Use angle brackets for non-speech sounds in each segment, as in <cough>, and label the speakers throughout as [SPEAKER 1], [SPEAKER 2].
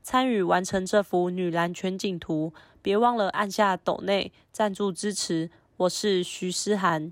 [SPEAKER 1] 参与完成这幅女篮全景图。别忘了按下抖内赞助支持。我是徐思涵，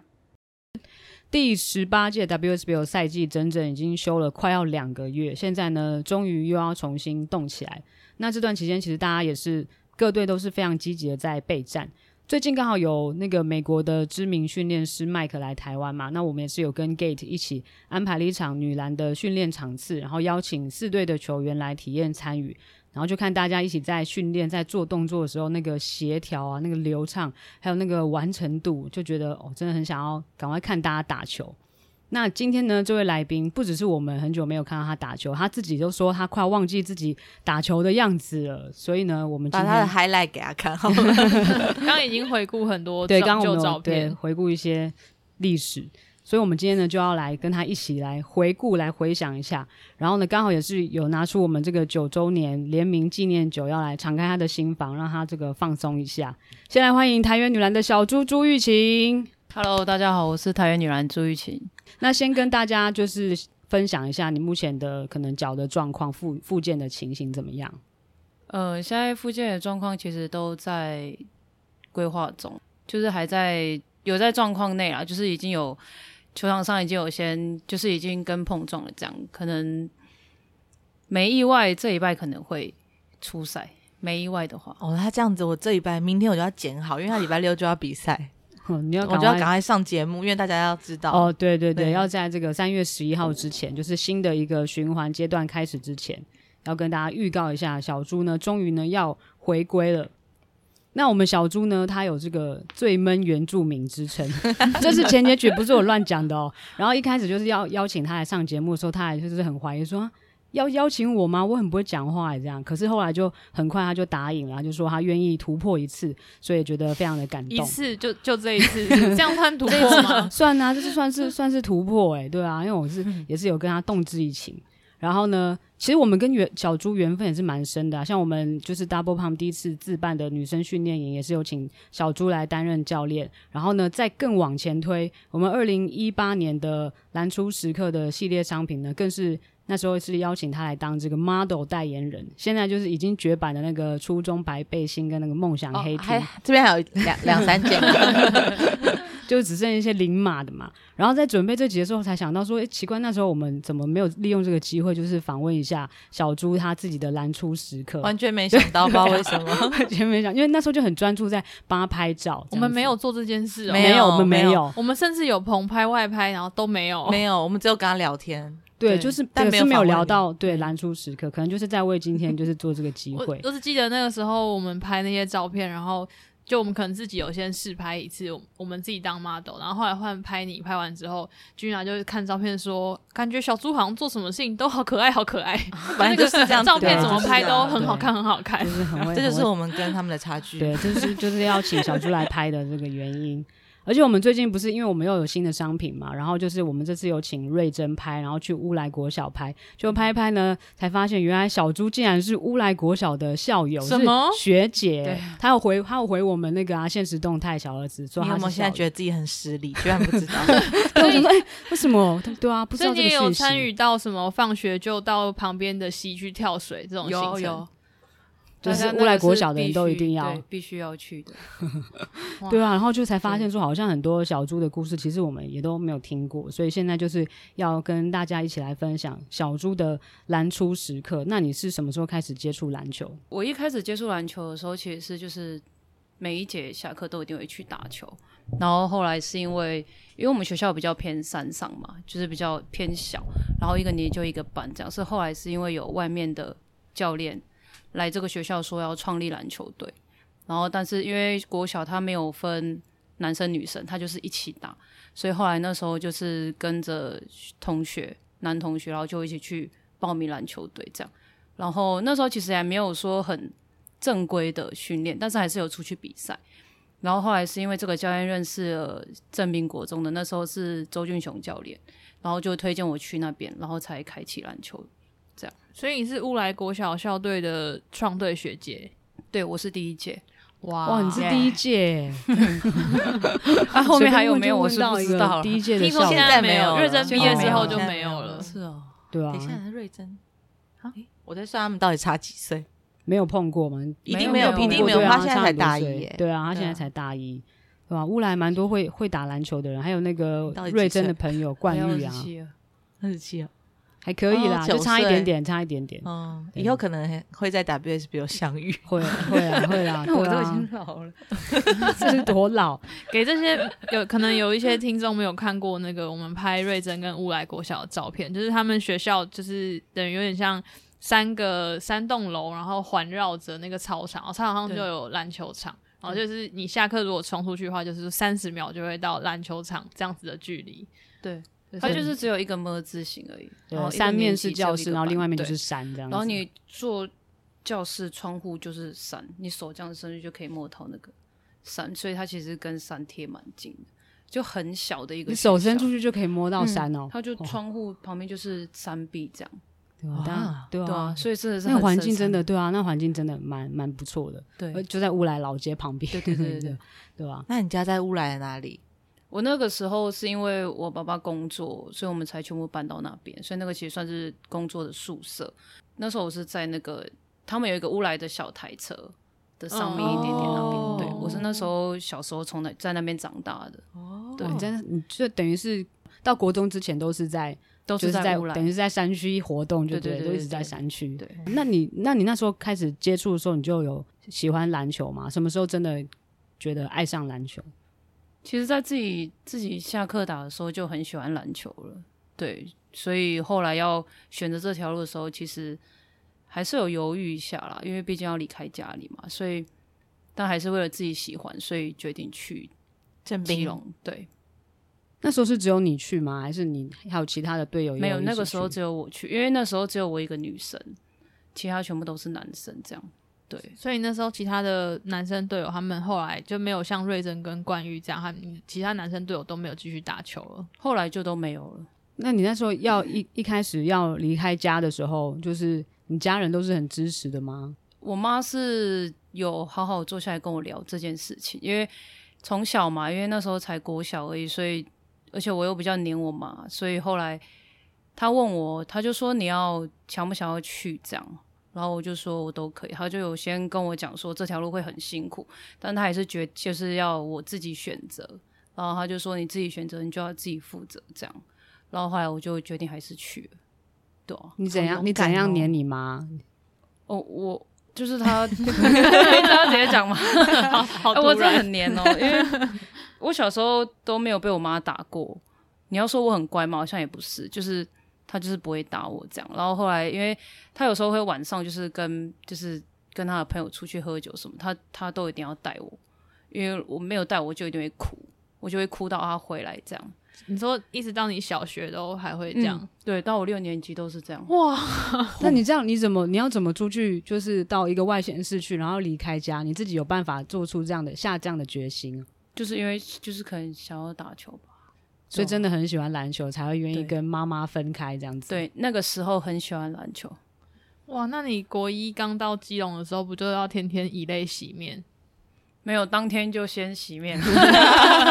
[SPEAKER 2] 第十八届 WSBL 赛季整整已经休了快要两个月，现在呢，终于又要重新动起来。那这段期间，其实大家也是各队都是非常积极的在备战。最近刚好有那个美国的知名训练师麦克来台湾嘛，那我们也是有跟 Gate 一起安排了一场女篮的训练场次，然后邀请四队的球员来体验参与，然后就看大家一起在训练、在做动作的时候那个协调啊、那个流畅，还有那个完成度，就觉得哦，真的很想要赶快看大家打球。那今天呢，这位来宾不只是我们很久没有看到他打球，他自己都说他快忘记自己打球的样子了。所以呢，我们今
[SPEAKER 3] 把
[SPEAKER 2] 天
[SPEAKER 3] 他的 highlight 给他看好了。
[SPEAKER 4] <laughs> 刚刚已经回顾很多
[SPEAKER 2] 对，
[SPEAKER 4] 照
[SPEAKER 2] 刚刚我
[SPEAKER 4] 旧
[SPEAKER 2] 们
[SPEAKER 4] 照
[SPEAKER 2] 有对
[SPEAKER 4] 片，
[SPEAKER 2] 回顾一些历史，所以我们今天呢就要来跟他一起来回顾、来回想一下。然后呢，刚好也是有拿出我们这个九周年联名纪念酒，要来敞开他的心房，让他这个放松一下。先来欢迎台湾女篮的小猪朱玉琴。
[SPEAKER 4] Hello，大家好，我是台湾女篮朱玉琴。
[SPEAKER 2] 那先跟大家就是分享一下你目前的可能脚的状况、复复健的情形怎么样？ <laughs>
[SPEAKER 4] 呃，现在复健的状况其实都在规划中，就是还在有在状况内啦，就是已经有球场上已经有先就是已经跟碰撞了，这样可能没意外，这一拜可能会出赛。没意外的话，
[SPEAKER 3] <laughs> 哦，他这样子，我这礼拜明天我就要剪好，因为他礼拜六就要比赛，
[SPEAKER 2] 哼你要
[SPEAKER 3] 我
[SPEAKER 2] 赶
[SPEAKER 3] 就要
[SPEAKER 2] 快
[SPEAKER 3] 赶快上节目，因为大家要知道。
[SPEAKER 2] 哦，对对对，
[SPEAKER 3] 对
[SPEAKER 2] 要在这个三月十一号之前，就是新的一个循环阶段开始之前，要跟大家预告一下，小猪呢，终于呢要回归了。那我们小猪呢，他有这个最闷原住民之称， <laughs> 这是前结局，不是我乱讲的哦。然后一开始就是要邀请他来上节目的时候，他还就是很怀疑说。啊要邀请我吗？我很不会讲话，这样。可是后来就很快他就答应了，他就说他愿意突破一次，所以觉得非常的感动。
[SPEAKER 5] 一次就就这一次，这样算突
[SPEAKER 4] <laughs>
[SPEAKER 5] 破
[SPEAKER 2] <laughs>
[SPEAKER 5] 吗？
[SPEAKER 2] 算啊，这是算是算是突破哎、对啊，因为我是
[SPEAKER 3] 嗯
[SPEAKER 2] 也是有跟他动之以情。然后呢，其实我们跟原小猪缘分也是蛮深的啊、像我们就是 Double Pump 第一次自办的女生训练营，也是有请小猪来担任教练。然后呢，再更往前推，我们二零一八年的蓝出时刻的系列商品呢，更是那时候是邀请他来当这个 model 代言人。现在就是已经绝版的那个初中白背心跟那个梦想
[SPEAKER 3] 哦
[SPEAKER 2] 黑 T，、
[SPEAKER 3] 还这边还有两两三 <laughs> 件，
[SPEAKER 2] 就只剩一些零码的嘛。然后在准备这集的时候，才想到说，诶，奇怪，那时候我们怎么没有利用这个机会，就是访问一下小猪他自己的蓝出时刻？
[SPEAKER 3] 完全没想到，不知道为什么。 <laughs>
[SPEAKER 2] 完 <laughs> 全没想，因为那时候就很专注在帮他拍照。
[SPEAKER 5] 我们没有
[SPEAKER 2] 这样子，
[SPEAKER 5] 做这件事哦、
[SPEAKER 3] 没
[SPEAKER 2] 没有，我们没
[SPEAKER 3] 没
[SPEAKER 2] 有，
[SPEAKER 5] 我们甚至有棚拍、外拍，然后都没有。
[SPEAKER 3] 没有，我们只有跟他聊天。
[SPEAKER 2] 对，
[SPEAKER 3] 对
[SPEAKER 2] 就是
[SPEAKER 3] 但
[SPEAKER 2] 可
[SPEAKER 3] 没
[SPEAKER 2] 是
[SPEAKER 3] 有
[SPEAKER 2] 没有
[SPEAKER 3] 访问
[SPEAKER 2] 聊
[SPEAKER 3] 你
[SPEAKER 2] 到对蓝出时刻，可能就是在为今天就是做这个机
[SPEAKER 5] 我
[SPEAKER 2] 会。
[SPEAKER 5] 我只记得那个时候我们拍那些照片，然后就我们可能自己有先试拍一次，我我们自己当 model，然后后来换拍你，拍完之后，君雅就看照片说，感觉小猪好像做什么事情都好可爱，好可爱。 <laughs>
[SPEAKER 3] 反正就是这样子的，啊
[SPEAKER 5] 照片怎么
[SPEAKER 3] 就是这
[SPEAKER 5] 拍
[SPEAKER 3] 样
[SPEAKER 5] 都
[SPEAKER 3] 的
[SPEAKER 5] 很好看，很好看
[SPEAKER 2] 就。是很会，
[SPEAKER 3] 呃 <laughs> 这就是
[SPEAKER 2] 很会
[SPEAKER 3] 啊我们跟他们的差距。
[SPEAKER 2] 对，就是就是要请小猪来拍的这个原因。而且我们最近不是因为我们又有新的商品嘛，然后就是我们这次有请瑞珍拍，然后去乌来国小拍，就拍一拍呢，才发现原来小猪竟然是乌来国小的校友，
[SPEAKER 5] 什么
[SPEAKER 2] 是学姐
[SPEAKER 5] 对？
[SPEAKER 2] 她有回，她有回我们那个啊现实动态小儿子说
[SPEAKER 3] 你有
[SPEAKER 2] 她是
[SPEAKER 3] 没有现在
[SPEAKER 2] 校友，
[SPEAKER 3] 觉得自己很失礼？居然不 <laughs> 知道，
[SPEAKER 2] <laughs> 对我想说哎、为什么？对啊，不知
[SPEAKER 5] 所以
[SPEAKER 2] 道
[SPEAKER 5] 你
[SPEAKER 2] 这个
[SPEAKER 5] 也有
[SPEAKER 2] 讯息。
[SPEAKER 5] 参与到什么？放学就到旁边的溪去跳水这种行程？
[SPEAKER 4] 有，
[SPEAKER 2] 就是
[SPEAKER 4] 大家那
[SPEAKER 2] 乌来
[SPEAKER 4] 个
[SPEAKER 2] 国
[SPEAKER 4] 是
[SPEAKER 2] 小的人
[SPEAKER 4] 必
[SPEAKER 2] 都一
[SPEAKER 4] 须
[SPEAKER 2] 定要
[SPEAKER 4] 对必须要去的。
[SPEAKER 5] 哇
[SPEAKER 2] 对啊，然后就才发现说，好像很多小猪的故事，其实我们也都没有听过，所以现在就是要跟大家一起来分享小猪的篮出时刻。那你是什么时候开始接触篮球？
[SPEAKER 4] 我一开始接触篮球的时候，其实是就是每一节下课都一定会去打球，然后后来是因为因为我们学校比较偏山上嘛，就是比较偏小，然后一个年级就一个班这样，是后来是因为有外面的教练来这个学校说要创立篮球队，然后但是因为国小他没有分男生女生，他就是一起打，所以后来那时候就是跟着同学男同学，然后就一起去报名篮球队这样。然后那时候其实还没有说很正规的训练，但是还是有出去比赛。然后后来是因为这个教练认识了正滨国中的，那时候是周俊雄教练，然后就推荐我去那边，然后才开启篮球。
[SPEAKER 5] 所以你是乌来国小校队的创队学姐，
[SPEAKER 4] 对我是第一届，
[SPEAKER 5] 哇
[SPEAKER 2] 哇，你是第一届， <laughs>
[SPEAKER 4] 啊，后面还有没有我
[SPEAKER 2] 随
[SPEAKER 4] 是
[SPEAKER 2] 便
[SPEAKER 4] 不
[SPEAKER 2] 问就问到一
[SPEAKER 4] 知
[SPEAKER 2] 个
[SPEAKER 4] 道了。
[SPEAKER 2] 第一届的
[SPEAKER 5] 听说
[SPEAKER 2] 校
[SPEAKER 5] 现
[SPEAKER 2] 队，
[SPEAKER 5] 在
[SPEAKER 3] 没有
[SPEAKER 5] 有，
[SPEAKER 3] 了
[SPEAKER 5] 认真毕业之后就
[SPEAKER 3] 现在
[SPEAKER 5] 没
[SPEAKER 3] 没有
[SPEAKER 5] 有
[SPEAKER 3] 了
[SPEAKER 5] 了。
[SPEAKER 4] 是哦，
[SPEAKER 2] 对啊
[SPEAKER 3] 等一，下，瑞珍，啊我在算他们到底差几岁？
[SPEAKER 2] 没有碰过嘛，
[SPEAKER 3] 一
[SPEAKER 4] 定
[SPEAKER 2] 没
[SPEAKER 4] 没有
[SPEAKER 2] 碰
[SPEAKER 4] 一定
[SPEAKER 2] 过
[SPEAKER 4] 没有
[SPEAKER 2] 对啊
[SPEAKER 3] 他现在
[SPEAKER 2] 差很
[SPEAKER 3] 才
[SPEAKER 2] 多
[SPEAKER 3] 大
[SPEAKER 2] 岁
[SPEAKER 3] 一耶
[SPEAKER 2] 对啊，他现
[SPEAKER 3] 对
[SPEAKER 2] 在
[SPEAKER 3] 啊
[SPEAKER 2] 才大一，对吧？乌来蛮多会会打篮球的人，还有那个
[SPEAKER 3] 到底几
[SPEAKER 2] 瑞珍的
[SPEAKER 3] 岁
[SPEAKER 2] 朋友冠
[SPEAKER 4] 还有
[SPEAKER 2] 玉
[SPEAKER 4] 日
[SPEAKER 2] 啊，
[SPEAKER 4] 期啊，
[SPEAKER 3] 二十七了。
[SPEAKER 2] 还可以啦，
[SPEAKER 3] 哦
[SPEAKER 2] 就差一
[SPEAKER 3] 九岁
[SPEAKER 2] 点点，差一点点，
[SPEAKER 3] 嗯，
[SPEAKER 2] 对
[SPEAKER 3] 以后可能会在 WSB 相遇。
[SPEAKER 2] 会
[SPEAKER 4] <laughs>
[SPEAKER 2] 会啊会啊，
[SPEAKER 4] 那我
[SPEAKER 2] 对
[SPEAKER 4] 都已
[SPEAKER 2] 啊
[SPEAKER 4] 经，老了，
[SPEAKER 2] <laughs> 这是多老，
[SPEAKER 5] <laughs> 给这些有可能有一些听众没有看过那个我们拍瑞珍跟乌来国小的照片，就是他们学校就是等于有点像三个三栋楼，然后环绕着那个操场，然后操场上就
[SPEAKER 4] 对
[SPEAKER 5] 有篮球场，然后就是你下课如果冲出去的话，就是三十秒就会到篮球场这样子的距离。
[SPEAKER 4] 对，
[SPEAKER 5] 对
[SPEAKER 4] 它
[SPEAKER 5] 所以
[SPEAKER 4] 就是只有一个么字形而已，
[SPEAKER 2] 对
[SPEAKER 4] 然后一个
[SPEAKER 2] 哦三面
[SPEAKER 4] 年级
[SPEAKER 2] 是
[SPEAKER 4] 只有
[SPEAKER 2] 教
[SPEAKER 4] 一
[SPEAKER 2] 室，
[SPEAKER 4] 个
[SPEAKER 2] 然后
[SPEAKER 4] 班
[SPEAKER 2] 另外一面就
[SPEAKER 4] 对
[SPEAKER 2] 是山这样子，
[SPEAKER 4] 然后你坐教室窗户就是山，你手这样伸出去就可以摸到那个山，所以它其实跟山贴蛮近的，就很小的一个。
[SPEAKER 2] 你手伸出，去就可以摸
[SPEAKER 4] 嗯
[SPEAKER 2] 到山哦，
[SPEAKER 4] 它就
[SPEAKER 2] 哦
[SPEAKER 4] 窗户旁边就是山壁这样。
[SPEAKER 2] 对吧？当然
[SPEAKER 3] 哇
[SPEAKER 2] 对
[SPEAKER 4] 对啊，
[SPEAKER 2] 啊，
[SPEAKER 4] 所以真的是
[SPEAKER 2] 那
[SPEAKER 4] 很
[SPEAKER 2] 环
[SPEAKER 4] 深
[SPEAKER 2] 境真
[SPEAKER 4] 山
[SPEAKER 2] 的对啊，那环境真的蛮蛮不错的，
[SPEAKER 4] 对
[SPEAKER 2] 呃就在乌来老街旁边，
[SPEAKER 4] 对对对对对
[SPEAKER 2] <laughs> 对啊吧？
[SPEAKER 3] <laughs> 那你家在乌来的哪里？
[SPEAKER 4] 我那个时候是因为我爸爸工作，所以我们才全部搬到那边，所以那个其实算是工作的宿舍。那时候我是在那个他们有一个乌来的小台车的上面一点点那边，
[SPEAKER 5] 哦
[SPEAKER 4] 对我是那时候小时候从那在那边长大的，
[SPEAKER 3] 哦
[SPEAKER 4] 对
[SPEAKER 2] 你真的，你就等于是到国中之前都是在
[SPEAKER 4] 都
[SPEAKER 2] 就是
[SPEAKER 4] 哦在乌来。
[SPEAKER 2] 等于是在山区活动就对了，
[SPEAKER 4] 对对对
[SPEAKER 2] 都一
[SPEAKER 4] 对
[SPEAKER 2] 直在
[SPEAKER 4] 对
[SPEAKER 2] 山区。
[SPEAKER 4] 对，
[SPEAKER 2] 那你那你那时候开始接触的时候，你就有喜欢篮球吗？什么时候真的觉得爱上篮球？
[SPEAKER 4] 其实，在自己自己下课打的时候就很喜欢篮球了，对，所以后来要选择这条路的时候，其实还是有犹豫一下啦，因为毕竟要离开家里嘛，所以但还是为了自己喜欢，所以决定去
[SPEAKER 3] 正
[SPEAKER 4] 基
[SPEAKER 3] 滨
[SPEAKER 4] 隆。对，
[SPEAKER 2] 那时候是只有你去吗？还是你还有其他的队友也
[SPEAKER 4] 没有
[SPEAKER 2] 一起
[SPEAKER 4] 那个时候
[SPEAKER 2] 去
[SPEAKER 4] 只有我去，因为那时候只有我一个女生，其他全部都是男生，这样对。
[SPEAKER 5] 所以那时候其他的男生队友他们后来就没有像瑞珍跟冠玉这样，他们其他男生队友都没有继续打球了。
[SPEAKER 4] 后来就都没有了，
[SPEAKER 2] 那你那时候要一一开始要离开家的时候，就是你家人都是很支持的吗？
[SPEAKER 4] 我妈是有好好坐下来跟我聊这件事情，因为从小嘛，因为那时候才国小而已，所以而且我又比较黏我妈，所以后来她问我，她就说你要想不想要去这样，然后我就说我都可以，她就有先跟我讲说这条路会很辛苦，但她还是觉就是要我自己选择，然后她就说你自己选择，你就要自己负责这样，然后后来我就决定还是去了，对啊，
[SPEAKER 2] 你怎
[SPEAKER 3] 好
[SPEAKER 2] 样？
[SPEAKER 3] 勇
[SPEAKER 2] 你怎
[SPEAKER 3] 敢
[SPEAKER 2] 样
[SPEAKER 3] 哦
[SPEAKER 2] 黏你妈？ <laughs>
[SPEAKER 4] 哦，我就是他，你知道直接讲吗？
[SPEAKER 5] 好
[SPEAKER 4] 哎我
[SPEAKER 5] 突
[SPEAKER 4] 真的
[SPEAKER 5] 然，
[SPEAKER 4] 很黏哦，因为我小时候都没有被我妈打过。你要说我很乖吗？好像也不是，就是她就是不会打我这样。然后后来，因为她有时候会晚上就是跟就是跟她的朋友出去喝酒什么，她她都一定要带我，因为我没有带我就一定会哭，我就会哭到她回来这样。
[SPEAKER 5] 你说一直到你小学都还会这样，
[SPEAKER 4] 嗯对，到我六年级都是这样。
[SPEAKER 5] 哇，
[SPEAKER 2] 那你这样你怎么你要怎么出去？就是到一个外县市去，然后离开家，你自己有办法做出这样的下这样的决心啊？
[SPEAKER 4] 就是因为就是可能想要打球
[SPEAKER 5] 嗯
[SPEAKER 4] 吧。
[SPEAKER 2] 所以真的很喜欢篮球，才会愿意
[SPEAKER 4] 对
[SPEAKER 2] 跟妈妈分开这样子。，
[SPEAKER 4] 对，那个时候很喜欢篮球。
[SPEAKER 5] 哇，那你国一刚到基隆的时候，不就要天天以泪洗面？
[SPEAKER 4] 没有，当天就先洗面。 <laughs>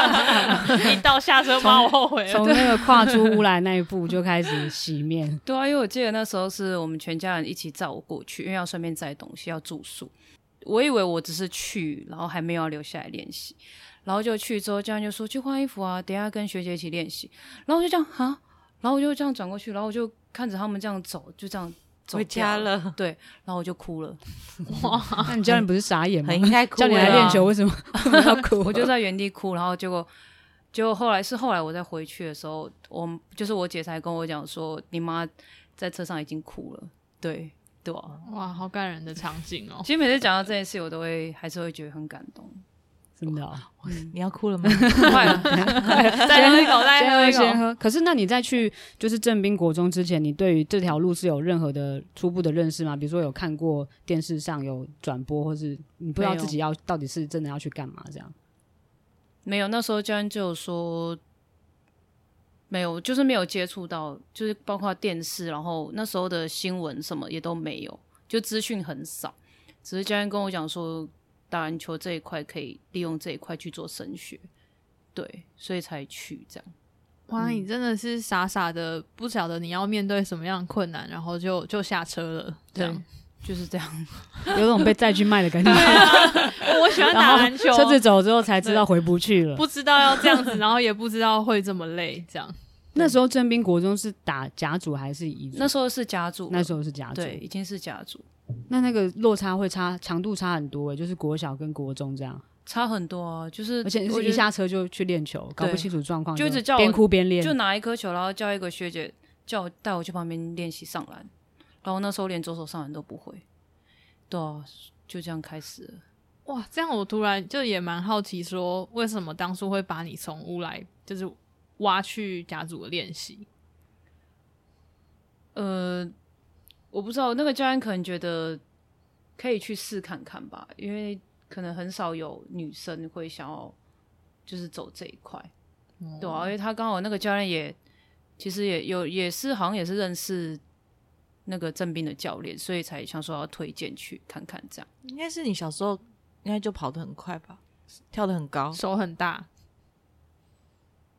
[SPEAKER 5] 一到下车妈，我后悔
[SPEAKER 2] <laughs>
[SPEAKER 5] 了。
[SPEAKER 2] 从那个跨出乌来那一步就开始洗
[SPEAKER 5] <laughs>
[SPEAKER 2] 面。
[SPEAKER 4] 对啊，因为我记得那时候是我们全家人一起载我过去，因为要顺便载东西，要住宿。我以为我只是去，然后还没有要留下来练习，然后就去之后，教练就说去换衣服啊，等一下跟学姐一起练习。然后我就这样哈，然后我就这样转过去，然后我就看着他们这样走，就这样走
[SPEAKER 3] 回
[SPEAKER 4] 掉
[SPEAKER 3] 家
[SPEAKER 4] 了，
[SPEAKER 3] 了，
[SPEAKER 4] 然后我就哭了，
[SPEAKER 5] 啊
[SPEAKER 2] 那你教练不是傻眼吗
[SPEAKER 3] <laughs> 很？应该哭
[SPEAKER 2] 叫你
[SPEAKER 3] 了
[SPEAKER 2] 来
[SPEAKER 3] 啊
[SPEAKER 2] 练球，，为什么 <laughs> 啊为什么要
[SPEAKER 5] <laughs>
[SPEAKER 2] 哭？
[SPEAKER 4] 我就在原地哭，然后结果。结果后来是后来我再回去的时候，我就是我姐才跟我讲说，你妈在车上已经哭了，对对啊，
[SPEAKER 5] 哇，好感人的场景哦！
[SPEAKER 4] 其实每次讲到这件事，我都会还是会觉得很感动。
[SPEAKER 2] 真的哦、
[SPEAKER 3] 你要哭了 <laughs> 吗？
[SPEAKER 5] 快了，快了 <laughs> 再喝
[SPEAKER 2] <laughs>
[SPEAKER 5] 一口，
[SPEAKER 2] 先
[SPEAKER 5] 再喝
[SPEAKER 2] 喝
[SPEAKER 5] 一哦
[SPEAKER 2] 先
[SPEAKER 5] 口。
[SPEAKER 2] 喝。可是那你在去就是正滨国中之前，你对于这条路是有任何的初步的认识吗？比如说有看过电视上有转播，或是你不知道
[SPEAKER 4] 没有
[SPEAKER 2] 自己要到底是真的要去干嘛这
[SPEAKER 5] <laughs>
[SPEAKER 2] 样？
[SPEAKER 4] 没有，那时候教练就有说没有，就是没有接触到，就是包括电视，然后那时候的新闻什么也都没有，就资讯很少。只是教练跟我讲说，打篮球这一块可以利用这一块去做升学，对，所以才去这样。
[SPEAKER 5] 哇，你真的是傻傻的，不晓得你要面对什么样的困难，然后就就下车了。这样，
[SPEAKER 4] 就是这样。
[SPEAKER 2] 有种被再去卖的感觉。
[SPEAKER 5] 哎我喜欢啊打 <laughs> 篮球，
[SPEAKER 2] <laughs> 车子走之后才知道回不去了。
[SPEAKER 5] 不知道要这样子，然后也不知道会这么累，这样。
[SPEAKER 2] 那时候正滨国中是打甲组还是乙组？
[SPEAKER 4] 那时候是家族，
[SPEAKER 2] 那时候是甲组，
[SPEAKER 4] 对，已经是家族，
[SPEAKER 2] 那那个落差会差强度差很多诶、就是国小跟国中这样，
[SPEAKER 4] 差很多啊。就是
[SPEAKER 2] 而且
[SPEAKER 4] 我
[SPEAKER 2] 是
[SPEAKER 4] 觉
[SPEAKER 2] 一
[SPEAKER 4] 得
[SPEAKER 2] 下车就去练球，搞不
[SPEAKER 4] 对
[SPEAKER 2] 清楚状况，
[SPEAKER 4] 就一直叫我
[SPEAKER 2] 边哭边练，
[SPEAKER 4] 就拿一颗球，然后叫一个学姐叫我带我去旁边练习上篮，然后那时候连左手上篮都不会，对啊，就这样开始了。
[SPEAKER 5] 哇，这样我突然就也蛮好奇，说为什么当初会把你从乌来就是挖去甲组的练习？
[SPEAKER 4] 呃，我不知道那个教练可能觉得可以去试看看吧，因为可能很少有女生会想要就是走这一块，对啊，因为他刚好那个教练也其实也有也是好像也是认识那个正兵的教练，所以才想说要推荐去看看这样。
[SPEAKER 3] 应该是你小时候应该就跑得很快吧，跳得很高，
[SPEAKER 5] 手很大，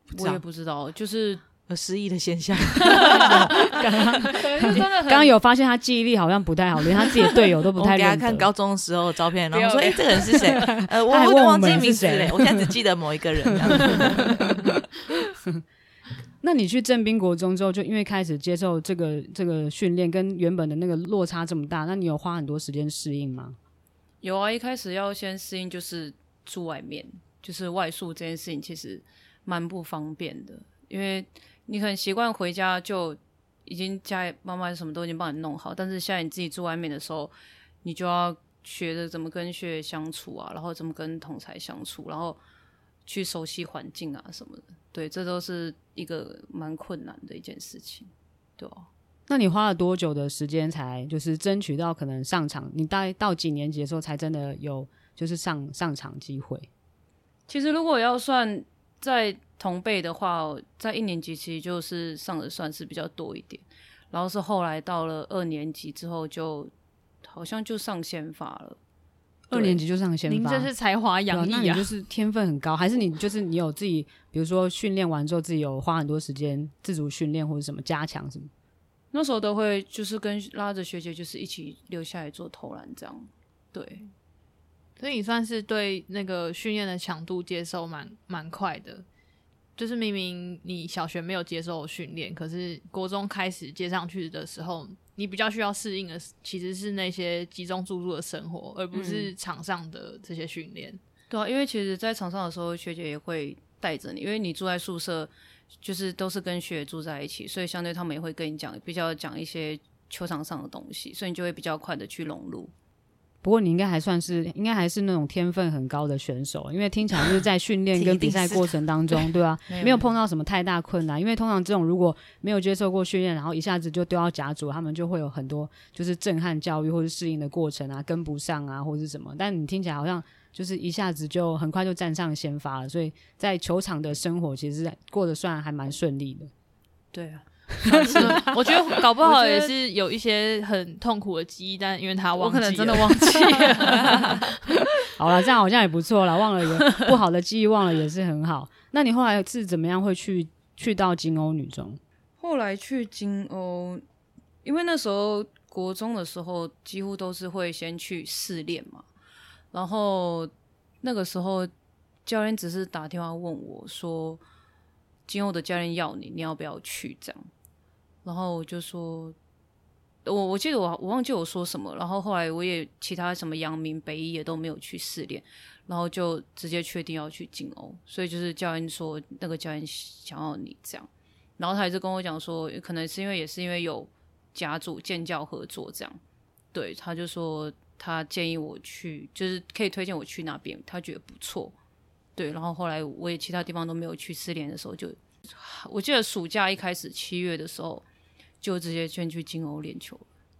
[SPEAKER 3] 知
[SPEAKER 4] 我
[SPEAKER 3] 道
[SPEAKER 4] 也不知道，就是
[SPEAKER 3] 有失忆的现象。
[SPEAKER 4] <laughs> 真的很
[SPEAKER 2] 刚刚有发现他记忆力好像不太好，连他自己的队友
[SPEAKER 4] <laughs>
[SPEAKER 2] 都不
[SPEAKER 3] 我
[SPEAKER 2] 太
[SPEAKER 3] 给他
[SPEAKER 2] 认
[SPEAKER 3] 看
[SPEAKER 2] 得。
[SPEAKER 3] 高中的时候的照片，然
[SPEAKER 4] 不要
[SPEAKER 3] 后说：“
[SPEAKER 4] 不
[SPEAKER 3] 哎、
[SPEAKER 4] 要
[SPEAKER 3] 这个人是 <laughs> 谁？”呃，我
[SPEAKER 2] 他还
[SPEAKER 3] 我
[SPEAKER 2] 问
[SPEAKER 3] 都
[SPEAKER 2] 我
[SPEAKER 3] 忘记
[SPEAKER 2] 们
[SPEAKER 3] 名
[SPEAKER 2] 是
[SPEAKER 3] 字
[SPEAKER 2] 谁
[SPEAKER 3] 嘞，我现在只记得某一个人。这样
[SPEAKER 2] <laughs>
[SPEAKER 3] 子
[SPEAKER 2] 那你去正滨国中之后，就因为开始接受这个这个训练，跟原本的那个落差这么大，那你有花很多时间适应吗？
[SPEAKER 4] 有啊，一开始要先适应就是住外面，就是外宿这件事情其实蛮不方便的，因为你很习惯回家就已经家里妈妈什么都已经帮你弄好，但是现在你自己住外面的时候，你就要学着怎么跟学姐相处啊，然后怎么跟同才相处，啊然后去熟悉环境啊什么的，对，这都是一个蛮困难的一件事情，对啊。
[SPEAKER 2] 那你花了多久的时间才就是争取到可能上场？你大概到几年级的时候才真的有就是上上场机会？
[SPEAKER 4] 其实如果要算在同辈的话，在一年级其实就是上的算是比较多一点，然后是后来到了二年级之后就好像就上先发了。对
[SPEAKER 2] 二年级就上先
[SPEAKER 5] 您
[SPEAKER 2] 发，
[SPEAKER 5] 这是才华
[SPEAKER 2] 对啊
[SPEAKER 5] 洋
[SPEAKER 2] 那
[SPEAKER 5] 溢
[SPEAKER 2] 你
[SPEAKER 5] 啊
[SPEAKER 2] 就！是天分很高，还是你就是你有自己，比如说训练完之后自己有花很多时间自主训练或者什么加强什么？
[SPEAKER 4] 那时候都会就是跟拉着学姐就是一起留下来做投篮这样，对，
[SPEAKER 5] 所以你算是对那个训练的强度接受蛮蛮快的。就是明明你小学没有接受训练，可是国中开始接上去的时候，你比较需要适应的其实是那些集中注入的生活，而不
[SPEAKER 2] 嗯
[SPEAKER 5] 是场上的这些训练。
[SPEAKER 4] 对啊，因为其实，在场上的时候，学姐也会带着你，因为你住在宿舍，就是都是跟学姐住在一起，所以相对他们也会跟你讲，比较讲一些球场上的东西，所以你就会比较快的去融入。
[SPEAKER 2] 不过你应该还算是，应该还是那种天分很高的选手，因为听起来就是在训练
[SPEAKER 3] <laughs> 一
[SPEAKER 2] 跟比
[SPEAKER 3] 定
[SPEAKER 2] 赛
[SPEAKER 3] 是
[SPEAKER 2] 过程当中，对
[SPEAKER 3] <laughs>
[SPEAKER 2] 啊，
[SPEAKER 4] 没有
[SPEAKER 2] 没有碰到什么太大困难。因为通常这种如果没有接受过训练，然后一下子就丢到甲组，他们就会有很多就是震撼教育或是适应的过程啊，跟不上啊，或是什么。但你听起来好像就是一下子就很快就站上先发了，所以在球场的生活其实过得算还蛮顺利的。
[SPEAKER 4] 对啊，
[SPEAKER 5] 是 <laughs> 我觉得搞不好
[SPEAKER 4] 我觉
[SPEAKER 5] 也
[SPEAKER 4] 得
[SPEAKER 5] 是有一些很痛苦的记忆，但因为他忘
[SPEAKER 4] 我
[SPEAKER 5] 记
[SPEAKER 4] 可能真的
[SPEAKER 5] 了 <laughs>
[SPEAKER 4] 忘记了。
[SPEAKER 2] <laughs> 好了，这样好像也不错了，忘了也不好的记忆忘了也是很
[SPEAKER 3] <laughs>
[SPEAKER 2] 好。那你后来是怎么样会去去到金欧女中？
[SPEAKER 4] 后来去金欧，因为那时候国中的时候，几乎都是会先去试练嘛。然后那个时候，教练只是打电话问我说：“金欧的教练要你，你要不要去？”这样，然后我就说。我我记得我我忘记我说什么，然后后来我也其他什么阳明北一也都没有去试练，然后就直接确定要去金欧，所以就是教练说那个教练想要你这样，然后他也是跟我讲说，可能是因为也是因为有家族建教合作这样，对，他就说他建议我去，就是可以推荐我去那边，他觉得不错，对，然后后来我也其他地方都没有去，失联的时候就，我记得暑假一开始七月的时候就直接先去金欧练球，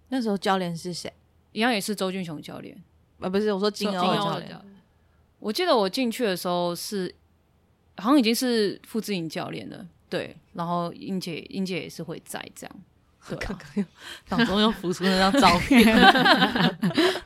[SPEAKER 3] 那时候教练是谁？
[SPEAKER 4] 一样也是周俊雄教练。
[SPEAKER 3] 啊，不是，我说金
[SPEAKER 5] 金
[SPEAKER 3] 欧
[SPEAKER 5] 欧
[SPEAKER 3] 教
[SPEAKER 5] 的
[SPEAKER 3] 练
[SPEAKER 5] 教。练
[SPEAKER 4] 我记得我进去的时候是，好像已经是傅志颖教练了，对，然后英姐英姐也是会在这样，对、啊，
[SPEAKER 3] 脑中又浮出那张照
[SPEAKER 2] <laughs>
[SPEAKER 3] 片，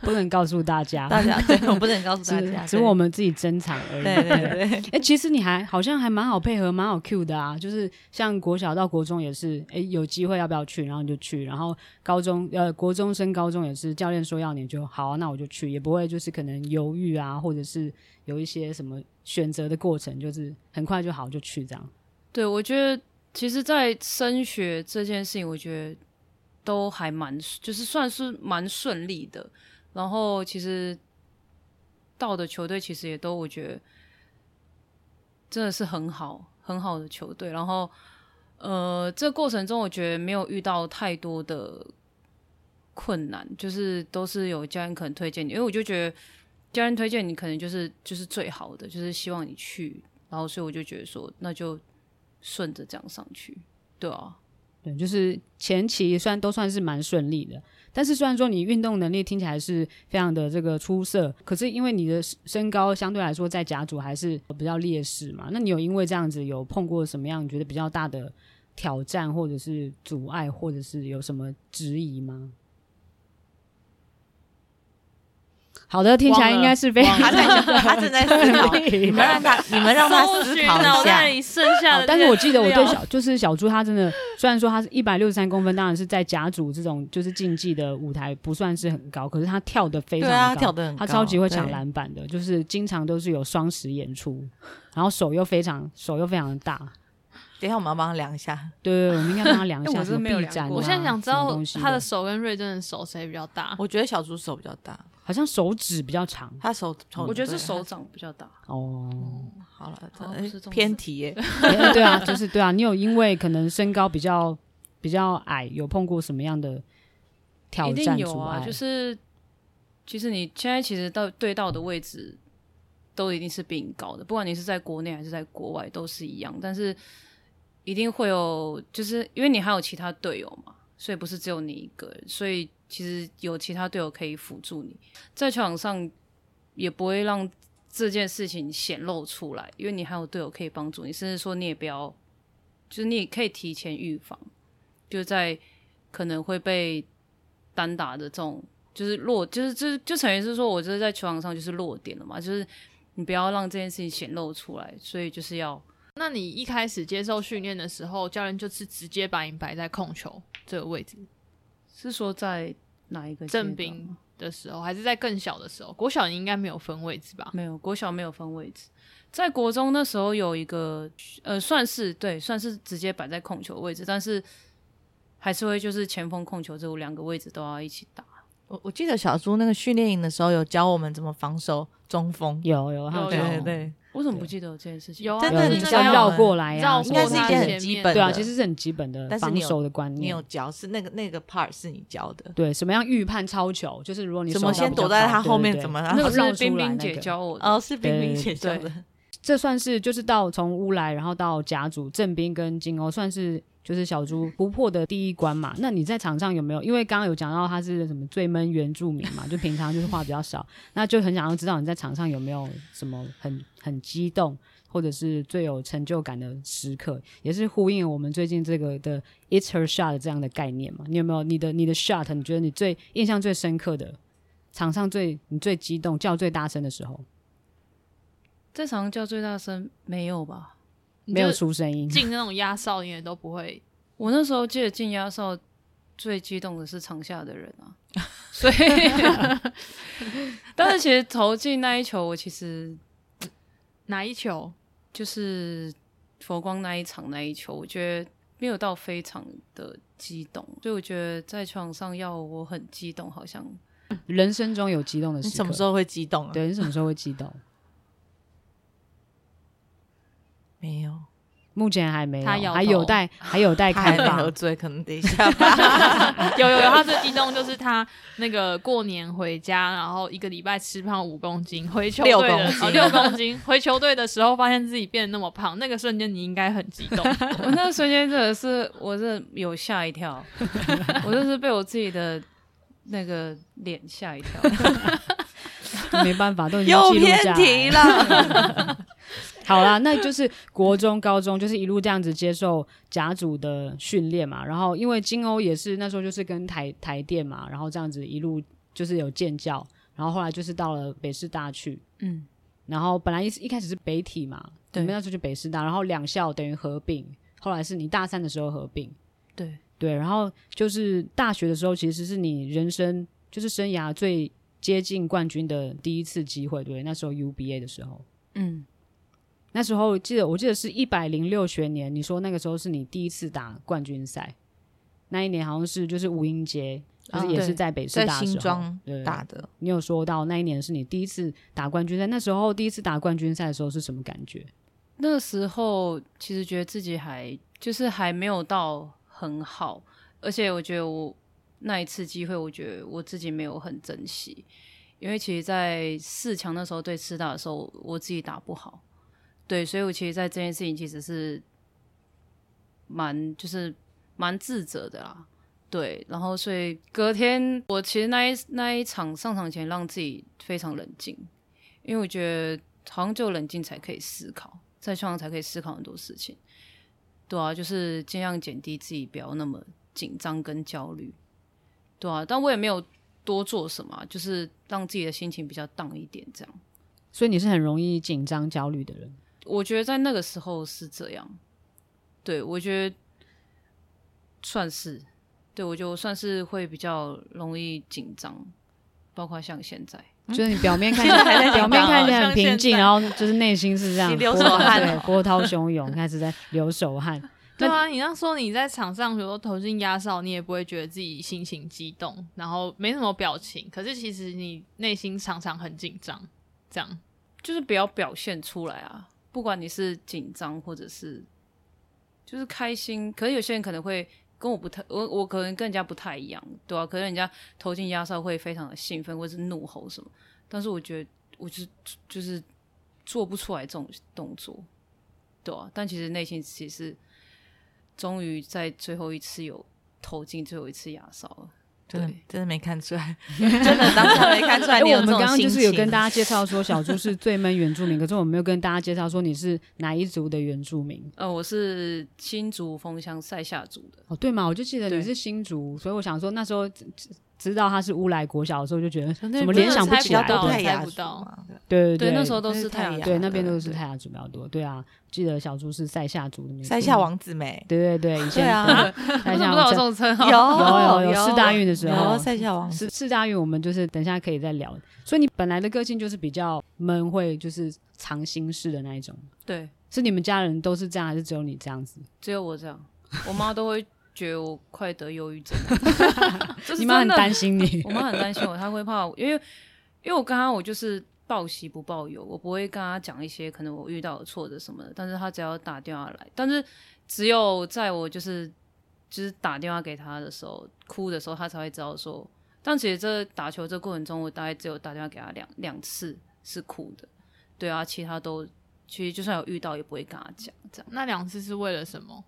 [SPEAKER 2] 不能告诉大家，
[SPEAKER 3] 大家对我不能告诉大
[SPEAKER 2] <laughs>
[SPEAKER 3] 家，
[SPEAKER 2] 只只我们自己珍藏而已。
[SPEAKER 3] 对对对，
[SPEAKER 2] <laughs> 哎、其实你还好像还蛮好配合，蛮好 Q 的啊。就是像国小到国中也是，哎、有机会要不要去，然后你就去。然后高中呃，国中升高中也是，教练说要你就好、啊，那我就去，也不会就是可能犹豫啊，或者是有一些什么选择的过程，就是很快就好就去这样。
[SPEAKER 4] 对，我觉得其实，在升学这件事情，我觉得都还蛮，就是算是蛮顺利的。然后其实到的球队其实也都，我觉得真的是很好很好的球队。然后呃，这过程中我觉得没有遇到太多的困难，就是都是有教练可能推荐你，因为我就觉得教练推荐你可能就是就是最好的，就是希望你去。然后所以我就觉得说，那就顺着这样上去，对啊，
[SPEAKER 2] 对，就是前期虽然都算是蛮顺利的，但是虽然说你运动能力听起来是非常的这个出色，可是因为你的身高相对来说在甲组还是比较劣势嘛，那你有因为这样子有碰过什么样你觉得比较大的挑战，或者是阻碍，或者是有什么质疑吗？好的，听起来应该是非常
[SPEAKER 3] 他在 <laughs> 他正在思考，你们让 <laughs> 他你们让他
[SPEAKER 5] 搜
[SPEAKER 3] 思
[SPEAKER 5] 寻
[SPEAKER 3] 考
[SPEAKER 5] 脑
[SPEAKER 3] 一下
[SPEAKER 5] 袋，里剩下
[SPEAKER 2] 好
[SPEAKER 5] 的这些资料。
[SPEAKER 2] 哦但是我记得我对小就是小猪，他真的虽然说他是一百六十三公分，当然是在甲组这种就是竞技的舞台不算是很高，可是他跳的非常
[SPEAKER 3] 对
[SPEAKER 2] 高，
[SPEAKER 3] 啊，跳得很高，
[SPEAKER 2] 他超级会抢
[SPEAKER 3] 对，
[SPEAKER 2] 篮板的，就是经常都是有双十演出，然后手又非常手又非常大。
[SPEAKER 3] 等一下我们要帮他量一下，
[SPEAKER 2] 对，我们应该帮他量一
[SPEAKER 4] 哎
[SPEAKER 2] 下
[SPEAKER 4] 我
[SPEAKER 2] 什
[SPEAKER 4] 真
[SPEAKER 2] 么
[SPEAKER 4] 的没有
[SPEAKER 2] 臂
[SPEAKER 4] 量
[SPEAKER 2] 展啊。
[SPEAKER 4] 过
[SPEAKER 5] 我现在想
[SPEAKER 2] 什
[SPEAKER 5] 知
[SPEAKER 2] 么
[SPEAKER 5] 道
[SPEAKER 2] 东西
[SPEAKER 5] 他的
[SPEAKER 2] 的
[SPEAKER 5] 手跟瑞珍的手谁比较大？
[SPEAKER 3] 我觉得小猪手比较大，
[SPEAKER 2] 好像手指比较长
[SPEAKER 3] 他手头
[SPEAKER 4] 我觉得是
[SPEAKER 3] 嗯对
[SPEAKER 4] 手掌比较大，
[SPEAKER 2] 哦。
[SPEAKER 3] 好了
[SPEAKER 4] 哦，
[SPEAKER 3] 哎
[SPEAKER 4] 不是中
[SPEAKER 3] 偏
[SPEAKER 4] 指
[SPEAKER 3] 题耶，
[SPEAKER 2] 哎对啊，就是对啊，你有因为可能身高比较比较矮，有碰过什么样的挑
[SPEAKER 4] 一定
[SPEAKER 2] 战
[SPEAKER 4] 有
[SPEAKER 2] 阻碍？
[SPEAKER 4] 啊，就是其实你现在其实到对到的位置都一定是比你高的，不管你是在国内还是在国外都是一样，但是一定会有，就是因为你还有其他队友嘛，所以不是只有你一个人，所以其实有其他队友可以辅助你，在球场上也不会让这件事情显露出来，因为你还有队友可以帮助你，甚至说你也不要，就是你也可以提前预防，就在可能会被单打的这种，就是落，就是就是就等于是说我就是在球场上就是落点了嘛，就是你不要让这件事情显露出来，所以就是要
[SPEAKER 5] 那你一开始接受训练的时候，教练就是直接把你摆在控球这个位置
[SPEAKER 4] 是说在哪一个阶段
[SPEAKER 5] 正兵的时候，还是在更小的时候？国小你应该没有分位置吧？
[SPEAKER 4] 没有，国小没有分位置，在国中那时候有一个呃，算是对，算是直接摆在控球位置，但是还是会就是前锋控球这两个位置都要一起打。
[SPEAKER 3] <laughs> 我我记得小猪那个训练营的时候有教我们怎么防守中锋，
[SPEAKER 2] 有有，还有
[SPEAKER 5] 有
[SPEAKER 2] 这
[SPEAKER 3] 对
[SPEAKER 2] 种
[SPEAKER 3] 对对，
[SPEAKER 4] 我怎么不记得有这件事情？
[SPEAKER 5] 有啊
[SPEAKER 3] 真
[SPEAKER 2] 有
[SPEAKER 3] 的
[SPEAKER 2] 你
[SPEAKER 3] 是
[SPEAKER 2] 是要
[SPEAKER 3] 那种
[SPEAKER 2] 绕
[SPEAKER 3] 很
[SPEAKER 2] 过来呀、
[SPEAKER 5] 绕
[SPEAKER 2] 啊，
[SPEAKER 3] 哎应
[SPEAKER 5] 过
[SPEAKER 3] 该是一件
[SPEAKER 5] 他
[SPEAKER 3] 很
[SPEAKER 5] 前
[SPEAKER 3] 基
[SPEAKER 5] 面
[SPEAKER 3] 本的，
[SPEAKER 2] 对啊，其实是很基本的
[SPEAKER 3] 但是
[SPEAKER 2] 防
[SPEAKER 3] 你有
[SPEAKER 2] 守的观念。
[SPEAKER 3] 你有教是那个那个 part 是你教的，
[SPEAKER 2] 对什么样预判超球，就是如果你
[SPEAKER 3] 怎
[SPEAKER 2] 手
[SPEAKER 3] 么
[SPEAKER 2] 到
[SPEAKER 3] 先
[SPEAKER 2] 比
[SPEAKER 3] 躲
[SPEAKER 2] 较
[SPEAKER 3] 在
[SPEAKER 2] 高
[SPEAKER 3] 他后面
[SPEAKER 2] 对对
[SPEAKER 3] 怎么
[SPEAKER 2] 对
[SPEAKER 3] 让
[SPEAKER 4] 那
[SPEAKER 2] 绕
[SPEAKER 4] 个
[SPEAKER 2] 出来
[SPEAKER 4] 是冰冰
[SPEAKER 2] 那
[SPEAKER 4] 姐
[SPEAKER 2] 个
[SPEAKER 4] 教我的，
[SPEAKER 3] 哦，是冰冰
[SPEAKER 2] 对
[SPEAKER 3] 姐教
[SPEAKER 4] 对
[SPEAKER 3] 的，
[SPEAKER 2] 这算是就是到从乌来，然后到甲组正兵跟金欧，算是就是小猪不破的第一关嘛。那你在场上有没有？因为刚刚有讲到他是什么最闷原住民嘛，就平常就是话比较少， <laughs> 那就很想要知道你在场上有没有什么很很激动。或者是最有成就感的时刻，也是呼应我们最近这个的 “it's her shot” 这样的概念嘛？你有没有你的你的 shot？你觉得你最印象最深刻的场上最你最激动叫最大声的时候，
[SPEAKER 4] 在场上叫最大声没有吧？
[SPEAKER 5] 你
[SPEAKER 2] 没有
[SPEAKER 5] 就是
[SPEAKER 2] 出声音，
[SPEAKER 5] 进
[SPEAKER 3] <laughs>
[SPEAKER 5] 那种压哨，你也都不会。
[SPEAKER 4] 我那时候记得进压哨最激动的是场下的人啊，所以，
[SPEAKER 3] <laughs>
[SPEAKER 4] 但是其实投进那一球，我其实
[SPEAKER 5] 哪一球？
[SPEAKER 4] 就是佛光那一场那一球，我觉得没有到非常的激动，所以我觉得在场上要我很激动，好像
[SPEAKER 2] 人生中有激动的时
[SPEAKER 3] 你
[SPEAKER 2] 刻，
[SPEAKER 3] 什么时候会激动啊？
[SPEAKER 2] 对，你什么时候会激动？
[SPEAKER 3] 没有，
[SPEAKER 2] <laughs> 目前还没有，
[SPEAKER 5] 他摇头
[SPEAKER 2] 还有
[SPEAKER 3] <laughs>
[SPEAKER 2] 待还有待
[SPEAKER 3] 他还
[SPEAKER 2] 开
[SPEAKER 3] 没
[SPEAKER 2] 发
[SPEAKER 3] 喝。醉，可能等一下 <laughs> 吧。
[SPEAKER 5] <laughs> 有有有，他最激动就是他那个过年回家，然后一个礼拜吃胖五公斤，回球队
[SPEAKER 3] 六公
[SPEAKER 5] 的
[SPEAKER 3] 斤
[SPEAKER 5] 哦六公斤，回球队的时候发现自己变得那么胖，那个瞬间你应该很激动。
[SPEAKER 4] 我那瞬间真的是，我是有吓一跳， <laughs> 我就是被我自己的那个脸吓一跳。
[SPEAKER 3] <laughs>
[SPEAKER 2] 没办法，都已经
[SPEAKER 3] 又
[SPEAKER 2] 记录下
[SPEAKER 3] 偏题
[SPEAKER 2] 来。
[SPEAKER 3] 了，
[SPEAKER 2] 好啦，那就是国中、高中， <laughs> 就是一路这样子接受甲组的训练嘛。然后因为金欧也是那时候就是跟台台电嘛，然后这样子一路就是有建教，然后后来就是到了北师大去，
[SPEAKER 4] 嗯，
[SPEAKER 2] 然后本来一一开始是北体嘛，
[SPEAKER 4] 对
[SPEAKER 2] 你们那时候就北师大，然后两校等于合并，后来是你大三的时候合并，
[SPEAKER 4] 对
[SPEAKER 2] 对，然后就是大学的时候，其实是你人生就是生涯最接近冠军的第一次机会，对不对，那时候 UBA 的时候，
[SPEAKER 4] 嗯，
[SPEAKER 2] 那时候记得我记得是一百零六学年，你说那个时候是你第一次打冠军赛，那一年好像是就是吴英杰，就
[SPEAKER 3] 啊
[SPEAKER 2] 是也是
[SPEAKER 4] 对
[SPEAKER 2] 在北师
[SPEAKER 3] 在
[SPEAKER 2] 大的时
[SPEAKER 3] 新
[SPEAKER 2] 候
[SPEAKER 3] 庄
[SPEAKER 2] 对
[SPEAKER 3] 打的，
[SPEAKER 2] 你有说到那一年是你第一次打冠军赛，那时候第一次打冠军赛的时候是什么感觉？
[SPEAKER 4] 那时候其实觉得自己还就是还没有到很好，而且我觉得我那一次机会，我觉得我自己没有很珍惜，因为其实，在四强那时候对师大的时候，我自己打不好，对，所以我其实，在这件事情其实是蛮就是蛮自责的啦，对，然后所以隔天我其实那一那一场上场前让自己非常冷静，因为我觉得好像只有冷静才可以思考，在创场才可以思考很多事情。对啊，就是尽量减低自己不要那么紧张跟焦虑。对啊，但我也没有多做什么啊、就是让自己的心情比较荡一点这样。
[SPEAKER 2] 所以你是很容易紧张焦虑的人，
[SPEAKER 4] 我觉得在那个时候是这样，对我觉得算是，对我觉得我算是会比较容易紧张，包括像现在。
[SPEAKER 2] 就是你表
[SPEAKER 3] <laughs>
[SPEAKER 2] 面看起
[SPEAKER 3] 嗯现在还在
[SPEAKER 2] 来
[SPEAKER 3] 紧张
[SPEAKER 2] 表
[SPEAKER 3] 哦
[SPEAKER 2] 面看起来很
[SPEAKER 5] 像
[SPEAKER 2] 平
[SPEAKER 5] 现
[SPEAKER 2] 静，
[SPEAKER 5] 在
[SPEAKER 2] 然后就是内心是这样
[SPEAKER 3] <laughs> 你流
[SPEAKER 2] 波
[SPEAKER 3] 手
[SPEAKER 2] 涛
[SPEAKER 3] 汗
[SPEAKER 2] 对
[SPEAKER 3] 哦
[SPEAKER 2] 波涛汹涌，开始在流手
[SPEAKER 3] <laughs>
[SPEAKER 2] 汗。
[SPEAKER 5] 对啊，你那时候你在场上，比如说投进压哨，你也不会觉得自己心情激动，然后没什么表情，可是其实你内心常常很紧张，这样。
[SPEAKER 4] 就是不要表现出来啊，不管你是紧张或者是就是开心，可是有些人可能会跟我不太，我我可能跟人家不太一样，对啊，可能人家投进压哨会非常的兴奋，或是怒吼什么，但是我觉得我就是就是做不出来这种动作，对啊，但其实内心其实终于在最后一次有投进最后一次压哨了，
[SPEAKER 3] 真的
[SPEAKER 4] 对
[SPEAKER 3] 真的没看出来，真的当下没看出来
[SPEAKER 2] 因
[SPEAKER 3] 你
[SPEAKER 2] 为
[SPEAKER 3] 有
[SPEAKER 2] 哎我们
[SPEAKER 3] 这种
[SPEAKER 2] 刚刚就
[SPEAKER 3] 心
[SPEAKER 2] 是有
[SPEAKER 3] 情。
[SPEAKER 2] 跟大
[SPEAKER 3] <laughs>
[SPEAKER 2] 家介绍说小猪是最闷原住民，可是我没有跟大家介绍说你是哪一族的原住民
[SPEAKER 4] 呃，我是新竹风乡塞下族的，
[SPEAKER 2] 哦，对嘛？我就记得你
[SPEAKER 4] 对
[SPEAKER 2] 是新族，所以我想说那时候知知知道他是乌来国小的时候，就觉得 <laughs>
[SPEAKER 5] 那
[SPEAKER 2] 怎么
[SPEAKER 5] 真的
[SPEAKER 2] 联想不
[SPEAKER 5] 猜
[SPEAKER 2] 起
[SPEAKER 5] 不
[SPEAKER 2] 来
[SPEAKER 5] 到，
[SPEAKER 3] 都
[SPEAKER 5] 猜
[SPEAKER 3] 太
[SPEAKER 2] 对
[SPEAKER 3] 雅
[SPEAKER 5] 不
[SPEAKER 3] 俗
[SPEAKER 5] 到
[SPEAKER 3] 嘛，
[SPEAKER 2] 对
[SPEAKER 4] 对，那时候都
[SPEAKER 3] 那
[SPEAKER 4] 是
[SPEAKER 3] 是
[SPEAKER 4] 太
[SPEAKER 3] 太
[SPEAKER 4] 阳
[SPEAKER 3] 阳
[SPEAKER 2] 对那边
[SPEAKER 3] 对
[SPEAKER 2] 都是
[SPEAKER 3] 对
[SPEAKER 2] 泰雅族比较多，对啊，记得小猪是塞夏族的，没错
[SPEAKER 3] 塞下王
[SPEAKER 2] <laughs>
[SPEAKER 3] 子梅，
[SPEAKER 2] 对对对，以前
[SPEAKER 3] 对啊，
[SPEAKER 2] 塞
[SPEAKER 4] 我怎
[SPEAKER 2] 夏
[SPEAKER 4] 么
[SPEAKER 2] 王
[SPEAKER 4] 不知道有这
[SPEAKER 2] 子
[SPEAKER 4] 种称号？
[SPEAKER 2] 有有
[SPEAKER 3] 有
[SPEAKER 2] 有四大运的时候
[SPEAKER 3] 有塞下王子，
[SPEAKER 2] 四四大运，我们就是等一下可以再聊。所以你本来的个性就是比较闷，会就是藏心事的那一种，
[SPEAKER 4] 对，
[SPEAKER 2] 是你们家人都是这样，还是只有你这样子？
[SPEAKER 4] 只有我这样，我妈都会觉得我快得忧郁症，
[SPEAKER 2] <laughs>
[SPEAKER 4] 这是
[SPEAKER 2] 你妈很
[SPEAKER 4] 真的
[SPEAKER 2] 担心
[SPEAKER 4] <laughs>
[SPEAKER 2] 你 <laughs>
[SPEAKER 4] 我妈很担心我，她会怕我，因为因为我刚刚我就是报喜不报忧，我不会跟她讲一些可能我遇到的挫折什么的，但是她只要打电话来，但是只有在我就是就是打电话给她的时候，哭的时候，她才会知道说，但其实这打球这过程中，我大概只有打电话给她两两次是哭的，对啊，其他都其实就算有遇到也不会跟她讲这样。
[SPEAKER 5] 那两次是为了什么？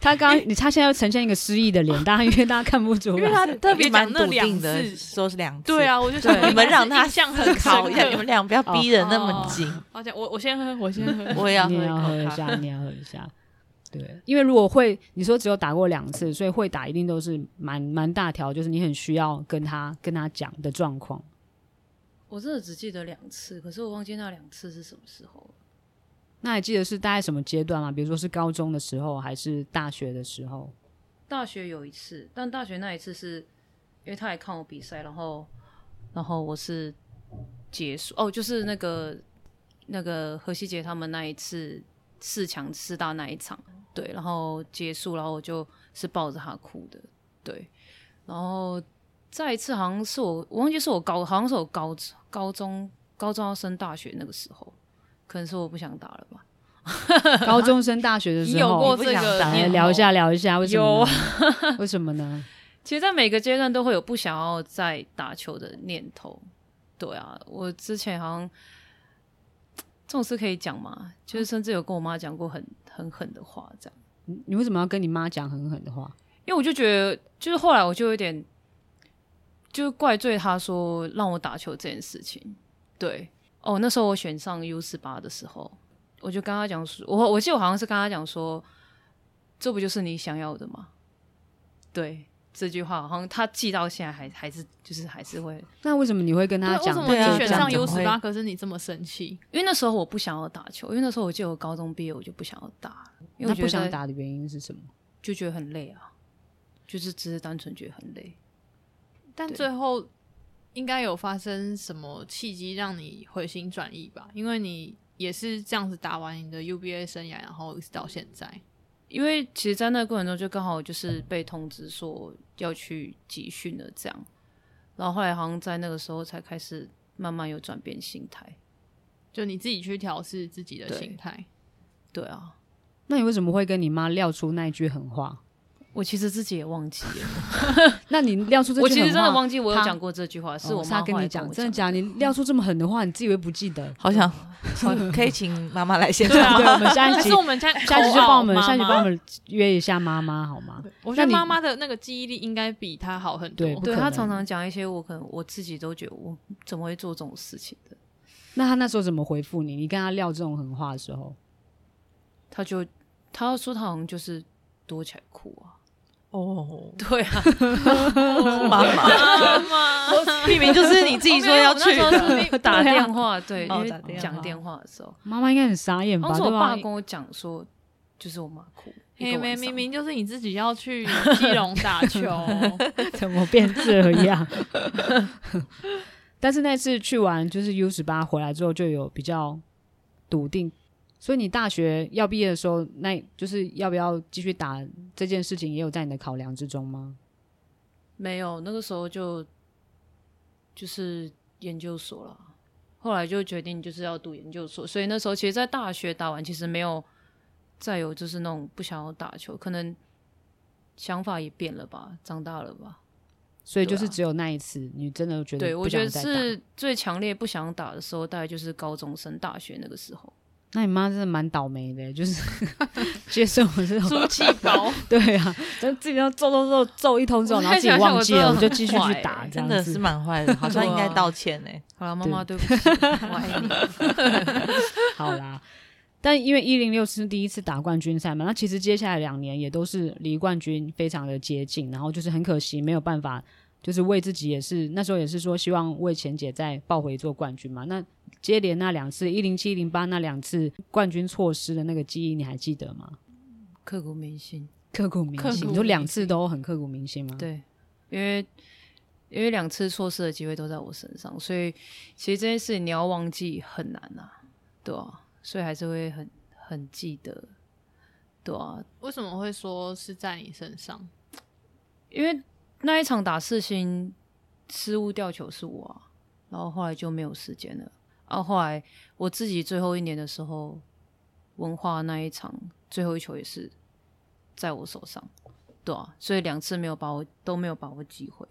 [SPEAKER 2] 他刚你他现在又呈现一个失忆的脸，大家因为大家看不出
[SPEAKER 3] 因为
[SPEAKER 2] 来。
[SPEAKER 3] 他特别
[SPEAKER 5] 讲
[SPEAKER 3] 蛮
[SPEAKER 5] 那
[SPEAKER 3] 笃
[SPEAKER 5] 两
[SPEAKER 3] 定的
[SPEAKER 5] 次，
[SPEAKER 3] 说是两次。
[SPEAKER 5] 对，啊，我就想
[SPEAKER 4] 对
[SPEAKER 5] 说
[SPEAKER 3] 你们让他
[SPEAKER 5] 印象很
[SPEAKER 3] 思考一下，
[SPEAKER 5] 深刻
[SPEAKER 3] 你们俩不要逼人那么紧。
[SPEAKER 5] 而且我我先喝，我先 <laughs> 喝。
[SPEAKER 3] 我也要喝
[SPEAKER 2] 你
[SPEAKER 3] 一
[SPEAKER 2] 要喝一
[SPEAKER 3] 口
[SPEAKER 2] 下，
[SPEAKER 3] 咖啡。
[SPEAKER 2] 你要喝一下。对，因为如果会，你说只有打过两次，所以会打一定都是蛮蛮大条，就是你很需要跟他跟他讲的状况。
[SPEAKER 4] 我真的只记得两次，可是我忘记那两次是什么时候了。
[SPEAKER 2] 那还记得是大概什么阶段吗？比如说是高中的时候，还是大学的时候？
[SPEAKER 4] 大学有一次，但大学那一次是因为他来看我比赛，然后然后我是结束哦，就是那个那个何西杰他们那一次四强四大那一场，对，然后结束，然后我就是抱着他哭的，对，然后再一次好像是我我忘记是我高好像是我高高中高中要升大学那个时候，可能是我不想打了吧。
[SPEAKER 2] 高中升大学的
[SPEAKER 5] <laughs>
[SPEAKER 2] 时
[SPEAKER 5] 有
[SPEAKER 2] 候，
[SPEAKER 5] 过这
[SPEAKER 3] 你不想
[SPEAKER 5] 个
[SPEAKER 3] 打
[SPEAKER 2] 来
[SPEAKER 5] 念头啊
[SPEAKER 2] 聊一下，聊一下，为什么呢？为什么呢？
[SPEAKER 4] 其实，在每个阶段都会有不想要再打球的念头。对啊，我之前好像这种事可以讲嘛，就是甚至有跟我妈讲过很很狠的话，这样。
[SPEAKER 2] 你你为什么要跟你妈讲狠狠的话？
[SPEAKER 4] 因为我就觉得，就是后来我就有点，就是怪罪他说让我打球这件事情。对，哦，那时候我选上 U 十八的时候，我就跟他讲说，我我记得我好像是跟他讲说，这不就是你想要的吗？对，这句话好像他记到现在还还是就是还是会，
[SPEAKER 2] 那为什么你会跟
[SPEAKER 5] 对
[SPEAKER 2] 她
[SPEAKER 5] 为
[SPEAKER 2] 讲
[SPEAKER 5] 什
[SPEAKER 2] 这
[SPEAKER 5] 么
[SPEAKER 2] 个？
[SPEAKER 3] 对啊
[SPEAKER 5] 你选上
[SPEAKER 3] 这
[SPEAKER 5] U
[SPEAKER 3] 样怎
[SPEAKER 5] 十
[SPEAKER 3] 么
[SPEAKER 5] 八，
[SPEAKER 3] 会
[SPEAKER 5] 可是你这么生气？
[SPEAKER 4] 因为那时候我不想要打球，因为那时候我记得我高中毕业我就不想要打了，因为
[SPEAKER 2] 那
[SPEAKER 4] 我觉
[SPEAKER 2] 不
[SPEAKER 4] 得
[SPEAKER 2] 想打的原因是什么？
[SPEAKER 4] 就觉得很累啊，就是只是单纯觉得很累。
[SPEAKER 5] 但
[SPEAKER 4] 对
[SPEAKER 5] 最后应该有发生什么契机让你回心转意吧？因为你也是这样子打完你的 UBA 生涯，然后一直到现在。
[SPEAKER 4] 因为其实，在那个过程中，就刚好就是被通知说要去集训了，这样。然后后来好像在那个时候才开始慢慢有转变心态。
[SPEAKER 5] 就你自己去调试自己的
[SPEAKER 4] 对
[SPEAKER 5] 心态，
[SPEAKER 4] 对啊，
[SPEAKER 2] 那你为什么会跟你妈撂出那句狠话？
[SPEAKER 4] 我其实自己也忘记了，
[SPEAKER 2] 那你撂出这句
[SPEAKER 4] 我其实
[SPEAKER 2] 狠
[SPEAKER 4] 真的
[SPEAKER 2] 话
[SPEAKER 4] 忘记我有
[SPEAKER 2] 她
[SPEAKER 4] 讲过这句话，是
[SPEAKER 2] 哦
[SPEAKER 4] 我
[SPEAKER 2] 是
[SPEAKER 4] 妈
[SPEAKER 2] 她跟
[SPEAKER 4] 后
[SPEAKER 2] 你
[SPEAKER 4] 来跟
[SPEAKER 2] 讲，
[SPEAKER 4] 我
[SPEAKER 2] 真的假
[SPEAKER 4] 讲
[SPEAKER 2] 的？你撂出这么狠的话，你自己以为不记
[SPEAKER 4] <laughs>
[SPEAKER 2] 得？
[SPEAKER 3] 好想，可以请妈妈来现
[SPEAKER 5] 对
[SPEAKER 3] 场。
[SPEAKER 5] 啊
[SPEAKER 2] 对，我们下一
[SPEAKER 5] 还
[SPEAKER 2] 集
[SPEAKER 5] 是，我们家
[SPEAKER 2] 下一集就帮我们，
[SPEAKER 5] 口号
[SPEAKER 2] 下一集帮我。
[SPEAKER 5] 妈妈
[SPEAKER 2] 们约一下妈妈好吗？
[SPEAKER 5] 我
[SPEAKER 2] 那
[SPEAKER 5] 觉得
[SPEAKER 2] 你
[SPEAKER 5] 妈妈的那个记忆力应该比她好很多
[SPEAKER 2] 对。不
[SPEAKER 4] 对
[SPEAKER 2] 可
[SPEAKER 4] 她
[SPEAKER 2] 能
[SPEAKER 4] 常常讲一些我可能我自己都觉得我怎么会做这种事情的，
[SPEAKER 2] 那她那时候怎么回复你？你跟她撂这种狠话的时候，
[SPEAKER 4] 她就她说她好像就是躲起来哭啊，
[SPEAKER 3] 哦，
[SPEAKER 4] 对啊，
[SPEAKER 3] 妈
[SPEAKER 5] <laughs>
[SPEAKER 3] 妈，
[SPEAKER 5] 妈妈，
[SPEAKER 3] 明明就是你自己说要去
[SPEAKER 4] 哦 <laughs> 我那时候
[SPEAKER 3] 的， <laughs>
[SPEAKER 4] 是打电话，对，
[SPEAKER 3] 哦
[SPEAKER 4] 因为
[SPEAKER 3] 打电话
[SPEAKER 4] 讲电话的时候，
[SPEAKER 2] 妈妈应该很傻眼
[SPEAKER 4] 当
[SPEAKER 2] 吧？
[SPEAKER 4] 时
[SPEAKER 2] 对
[SPEAKER 4] 哦我
[SPEAKER 2] 吧
[SPEAKER 4] 爸？跟我讲说，就是我妈哭，一
[SPEAKER 5] 嘿
[SPEAKER 4] 个
[SPEAKER 5] 妹，
[SPEAKER 4] 晚
[SPEAKER 5] 明
[SPEAKER 4] 上
[SPEAKER 5] 明就是你自己要去基隆打球，
[SPEAKER 2] 怎么变这
[SPEAKER 4] <laughs>
[SPEAKER 2] 样？ <laughs> 但是那次去完就是 U 十八回来之后，就有比较笃定。所以你大学要毕业的时候，那就是要不要继续打这件事情，也有在你的考量之中吗？
[SPEAKER 4] 没有，那个时候就就是研究所了，后来就决定就是要读研究所，所以那时候其实，在大学打完，其实没有再有就是那种不想要打球，可能想法也变了吧，长大了吧，
[SPEAKER 2] 所以就是
[SPEAKER 4] 对啊
[SPEAKER 2] 只有那一次，你真的觉得
[SPEAKER 4] 对我
[SPEAKER 2] 不
[SPEAKER 4] 觉
[SPEAKER 2] 想
[SPEAKER 4] 得
[SPEAKER 2] 再打
[SPEAKER 4] 是最强烈不想打的时候，大概就是高中升大学那个
[SPEAKER 2] <laughs>
[SPEAKER 4] 时候。
[SPEAKER 2] 那你妈真的蛮倒霉的，欸就是 <laughs> 接受我这种，
[SPEAKER 5] 出气
[SPEAKER 2] <laughs>
[SPEAKER 5] 包。
[SPEAKER 2] 对
[SPEAKER 4] <laughs>
[SPEAKER 2] 啊，就自己要揍揍揍揍一通之后，
[SPEAKER 4] 我
[SPEAKER 2] 然后自己
[SPEAKER 4] 现在想
[SPEAKER 2] 忘记
[SPEAKER 4] 想
[SPEAKER 2] 了，
[SPEAKER 4] 我
[SPEAKER 2] 我就继续
[SPEAKER 4] 真的
[SPEAKER 2] 去
[SPEAKER 4] 很坏
[SPEAKER 2] 打，
[SPEAKER 4] 欸
[SPEAKER 2] 这
[SPEAKER 3] 真
[SPEAKER 2] 样
[SPEAKER 3] 的
[SPEAKER 2] 子
[SPEAKER 3] 是蛮坏的，好像应该道歉欸呢。
[SPEAKER 4] 好了，妈妈，对不起，我爱你。
[SPEAKER 2] 好啦。但因为一零六是第一次打冠军赛嘛，那其实接下来两年也都是离冠军非常的接近，然后就是很可惜没有办法，就是为自己也是那时候也是说希望为钱姐再抱回一座冠军嘛。那接连那两次一零七零八那两次冠军错失的那个记忆，你还记得吗？
[SPEAKER 4] 刻骨铭心。
[SPEAKER 2] 刻骨铭
[SPEAKER 5] 刻骨
[SPEAKER 2] 心，
[SPEAKER 5] 铭
[SPEAKER 2] 你说两次都很刻骨铭心吗？
[SPEAKER 4] 对，因为因为两次错失的机会都在我身上，所以其实这件事情你要忘记很难啊，对啊，所以还是会很很记得，对啊，
[SPEAKER 5] 为什么会说是在你身上？
[SPEAKER 4] 因为那一场打四星失误掉球是我、啊，然后后来就没有时间了，然后后来我自己最后一年的时候，文化那一场最后一球也是在我手上，对啊，所以两次没有把握都没有把握机会。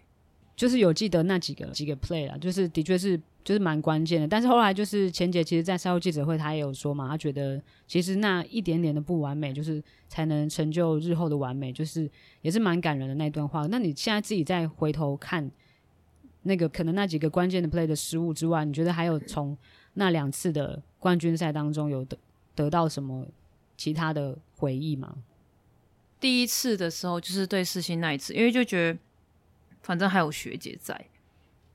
[SPEAKER 2] 就是有记得那几个几个 play 啦，就是的确是就是蛮关键的。但是后来就是钱姐其实，在赛后记者会她也有说嘛，她觉得其实那一点点的不完美，就是才能成就日后的完美，就是也是蛮感人的那段话。那你现在自己再回头看那个可能那几个关键的 play 的失误之外，你觉得还有从那两次的冠军赛当中有得得到什么其他的回忆吗？
[SPEAKER 4] 第一次的时候，就是对世新那一次，因为就觉得反正还有学姐在，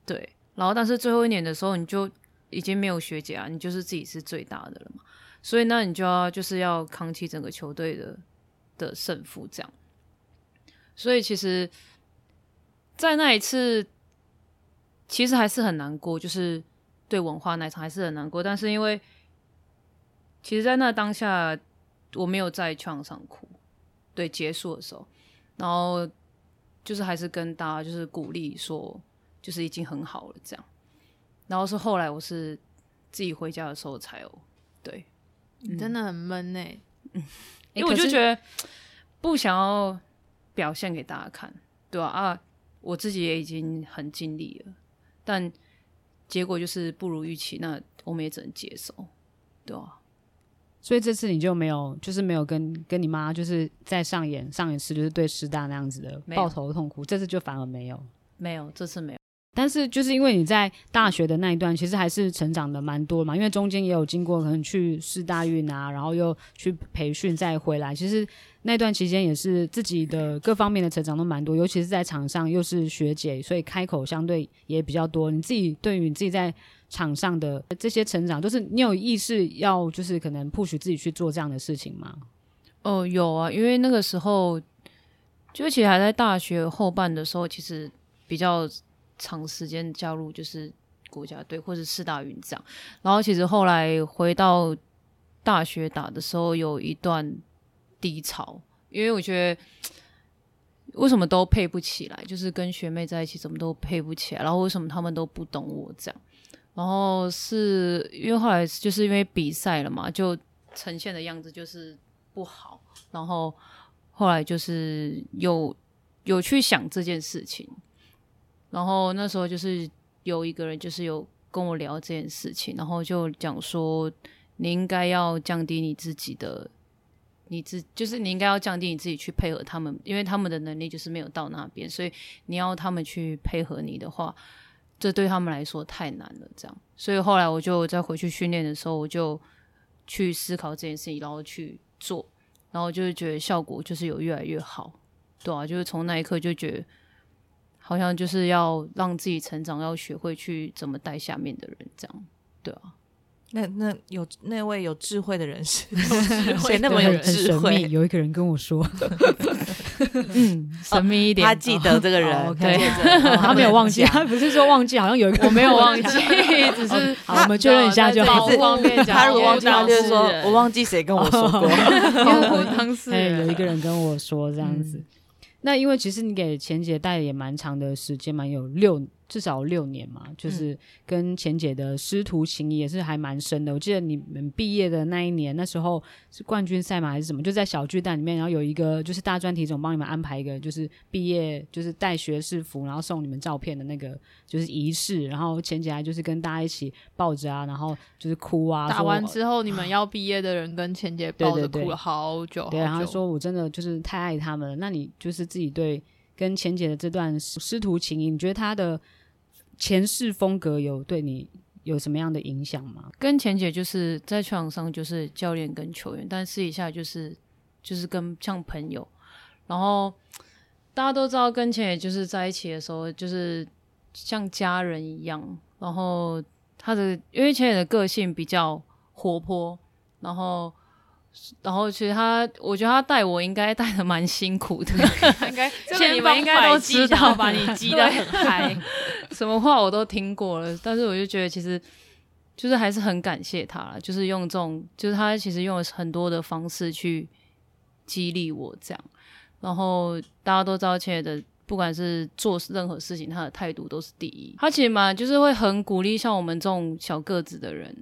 [SPEAKER 4] 对。然后但是最后一年的时候，你就已经没有学姐啊，你就是自己是最大的了嘛，所以那你就要就是要扛起整个球队的的胜负这样。所以其实，在那一次，其实还是很难过，就是对文化那一场还是很难过。但是因为，其实，在那当下，我没有在球场上哭，对结束的时候，然后就是还是跟大家就是鼓励说，就是已经很好了这样。然后是后来我是自己回家的时候才有。对，
[SPEAKER 5] 你真的很闷呢、欸
[SPEAKER 4] 因为我
[SPEAKER 2] 可
[SPEAKER 4] 就是觉得不想要表现给大家看，对啊啊，我自己也已经很尽力了，但结果就是不如预期，那我们也只能接受，对啊。
[SPEAKER 2] 所以这次你就没有，就是没有跟跟你妈，就是在上演上一次就是对师大那样子的
[SPEAKER 4] 没有
[SPEAKER 2] 抱头痛哭，这次就反而没有。
[SPEAKER 4] 没有，这次没有。
[SPEAKER 2] 但是就是因为你在大学的那一段，其实还是成长的蛮多嘛，因为中间也有经过可能去试大运啊，然后又去培训再回来，其实那段期间也是自己的各方面的成长都蛮多，尤其是在场上又是学姐，所以开口相对也比较多。你自己对于你自己在场上的这些成长，就是你有意识要就是可能 push 自己去做这样的事情
[SPEAKER 3] <laughs>
[SPEAKER 2] 吗？
[SPEAKER 4] 哦，有啊，因为那个时候，就其实还在大学后半的时候，其实比较长时间加入就是国家队或是四大运这样。然后其实后来回到大学打的时候，有一段低潮，因为我觉得为什么都配不起来，就是跟学妹在一起怎么都配不起来，然后为什么他们都不懂我这样。然后是因为后来就是因为比赛了嘛，就呈现的样子就是不好，然后后来就是有有去想这件事情，然后那时候就是有一个人就是有跟我聊这件事情，然后就讲说你应该要降低你自己的，你自就是你应该要降低你自己去配合他们，因为他们的能力就是没有到那边，所以你要他们去配合你的话。这对他们来说太难了，这样，所以后来我就在回去训练的时候，我就去思考这件事情，然后去做，然后就是觉得效果就是有越来越好，对啊，就是从那一刻就觉得好像就是要让自己成长，要学会去怎么带下面的人，这样，对啊，
[SPEAKER 3] 那那有那位有智慧的人 <laughs> 士，
[SPEAKER 5] 慧
[SPEAKER 3] 谁那么
[SPEAKER 5] 的
[SPEAKER 3] 有
[SPEAKER 5] 人
[SPEAKER 2] 很很
[SPEAKER 3] 智
[SPEAKER 2] 神秘，
[SPEAKER 3] 慧？
[SPEAKER 2] 有一个人跟我
[SPEAKER 3] <laughs>
[SPEAKER 2] 说，
[SPEAKER 4] 嗯，神秘一点，
[SPEAKER 3] 他记得这个
[SPEAKER 2] 哦
[SPEAKER 3] 人，
[SPEAKER 2] ，OK
[SPEAKER 3] 对，哦
[SPEAKER 2] 他没有忘记，
[SPEAKER 3] <laughs> 他
[SPEAKER 2] 他不是说忘记，好像有一个
[SPEAKER 5] 我 <laughs> 没有
[SPEAKER 2] <laughs>
[SPEAKER 5] 忘记，只是
[SPEAKER 2] 好，我们确认一下就好
[SPEAKER 5] 不。方便讲。
[SPEAKER 3] 他如果忘记，他就
[SPEAKER 5] 我
[SPEAKER 3] 会 <laughs>
[SPEAKER 5] 是
[SPEAKER 3] 说
[SPEAKER 5] 人：“
[SPEAKER 3] 我忘记谁跟我说过。哦
[SPEAKER 5] 要过当事
[SPEAKER 2] 哎，
[SPEAKER 5] 人
[SPEAKER 2] 有一个人跟我说这样子。嗯那因为其实你给钱姐带的也蛮长的时间嘛，有六至少六年嘛，就是跟钱姐的师徒情谊也是还蛮深的。我记得你们毕业的那一年，那时候是冠军赛嘛还是什么，就在小巨蛋里面，然后有一个就是大专题总帮你们安排一个就是毕业就是带学士服，然后送你们照片的那个就是仪式，然后钱姐还就是跟大家一起抱着啊，然后就是哭啊，
[SPEAKER 5] 打
[SPEAKER 2] 说
[SPEAKER 5] 完之后，你们要毕业的人跟钱姐抱着哭了好久，
[SPEAKER 2] 对，然
[SPEAKER 5] 好
[SPEAKER 2] 后
[SPEAKER 5] 久。
[SPEAKER 2] 说我真的就是太爱他们了。那你就是自己对跟钱姐的这段师师徒情谊，你觉得她的前世风格有对你有什么样的影响吗？
[SPEAKER 4] 跟钱姐就是在球场上就是教练跟球员，但私底下就是就是跟像朋友。然后大家都知道，跟钱姐就是在一起的时候，就是像家人一样。然后她的因为钱姐的个性比较活泼，然后然后其实她，我觉得她带我应该带的蛮辛苦的。
[SPEAKER 5] <laughs> 应
[SPEAKER 2] <laughs>
[SPEAKER 5] 该
[SPEAKER 4] 这个你们应该都知道
[SPEAKER 5] 把你激得很嗨。
[SPEAKER 4] 啊 <laughs> 什么话我都听过了，但是我就觉得其实就是还是很感谢他了，就是用这种，就是他其实用了很多的方式去激励我这样。然后大家都知道，切的不管是做任何事情，他的态度都是第一。他其实嘛，就是会很鼓励像我们这种小个子
[SPEAKER 3] <laughs>
[SPEAKER 4] 的人，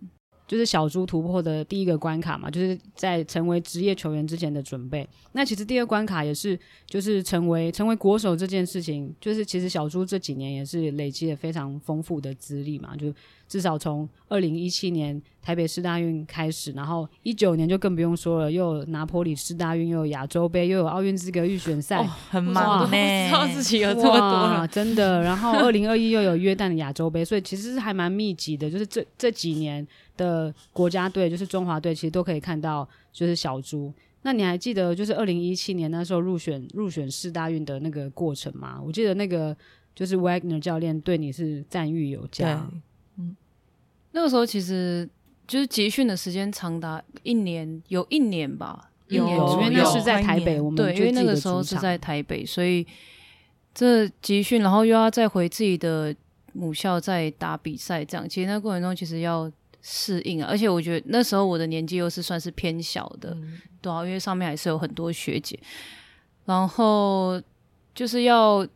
[SPEAKER 2] 就是小猪突破的第一个关卡嘛，就是在成为职业球员之前的准备。那其实第二关卡也是，就是成为成为国手这件事情，就是其实小猪这几年也是累积了非常丰富的资历嘛，就至少从二零一七年台北市大运开始，然后一九年就更不用说了，又有拿坡里市大运，又有亚洲杯，又有奥运资格预选赛。
[SPEAKER 3] 哦，很
[SPEAKER 2] 哇
[SPEAKER 3] 忙欸呢，
[SPEAKER 4] 知道自己有这么多
[SPEAKER 2] 哇，
[SPEAKER 4] 人，
[SPEAKER 2] 真的。然后二零二一又有约旦的亚洲杯，所以其实是还蛮密集的。就是这这几年的国家队，就是中华队，其实都可以看到就是小猪。那你还记得就是二零一七年那时候入选入选世大运的那个过程吗？我记得那个就是 Wagner 教练对你是赞誉有
[SPEAKER 3] 对
[SPEAKER 2] 加，，
[SPEAKER 4] 那个时候其实就是集训的时间长达一年，有一年吧，一
[SPEAKER 3] 有
[SPEAKER 4] 年
[SPEAKER 2] 因
[SPEAKER 4] 左
[SPEAKER 2] 为
[SPEAKER 4] 右。
[SPEAKER 2] 那是在台
[SPEAKER 3] 欢
[SPEAKER 2] 北，
[SPEAKER 3] 迎
[SPEAKER 2] 我们
[SPEAKER 4] 对，
[SPEAKER 2] 就
[SPEAKER 4] 因为那
[SPEAKER 2] 自己
[SPEAKER 4] 个
[SPEAKER 2] 的
[SPEAKER 4] 时候
[SPEAKER 2] 主
[SPEAKER 4] 是
[SPEAKER 2] 场
[SPEAKER 4] 在台北，所以这集训，然后又要再回自己的母校再打比赛，这样其实那过程中其实要适应啊。而且我觉得那时候我的年纪又是算是偏小的，
[SPEAKER 3] 嗯
[SPEAKER 4] 对啊，因为上面还是有很多学姐，然后就是要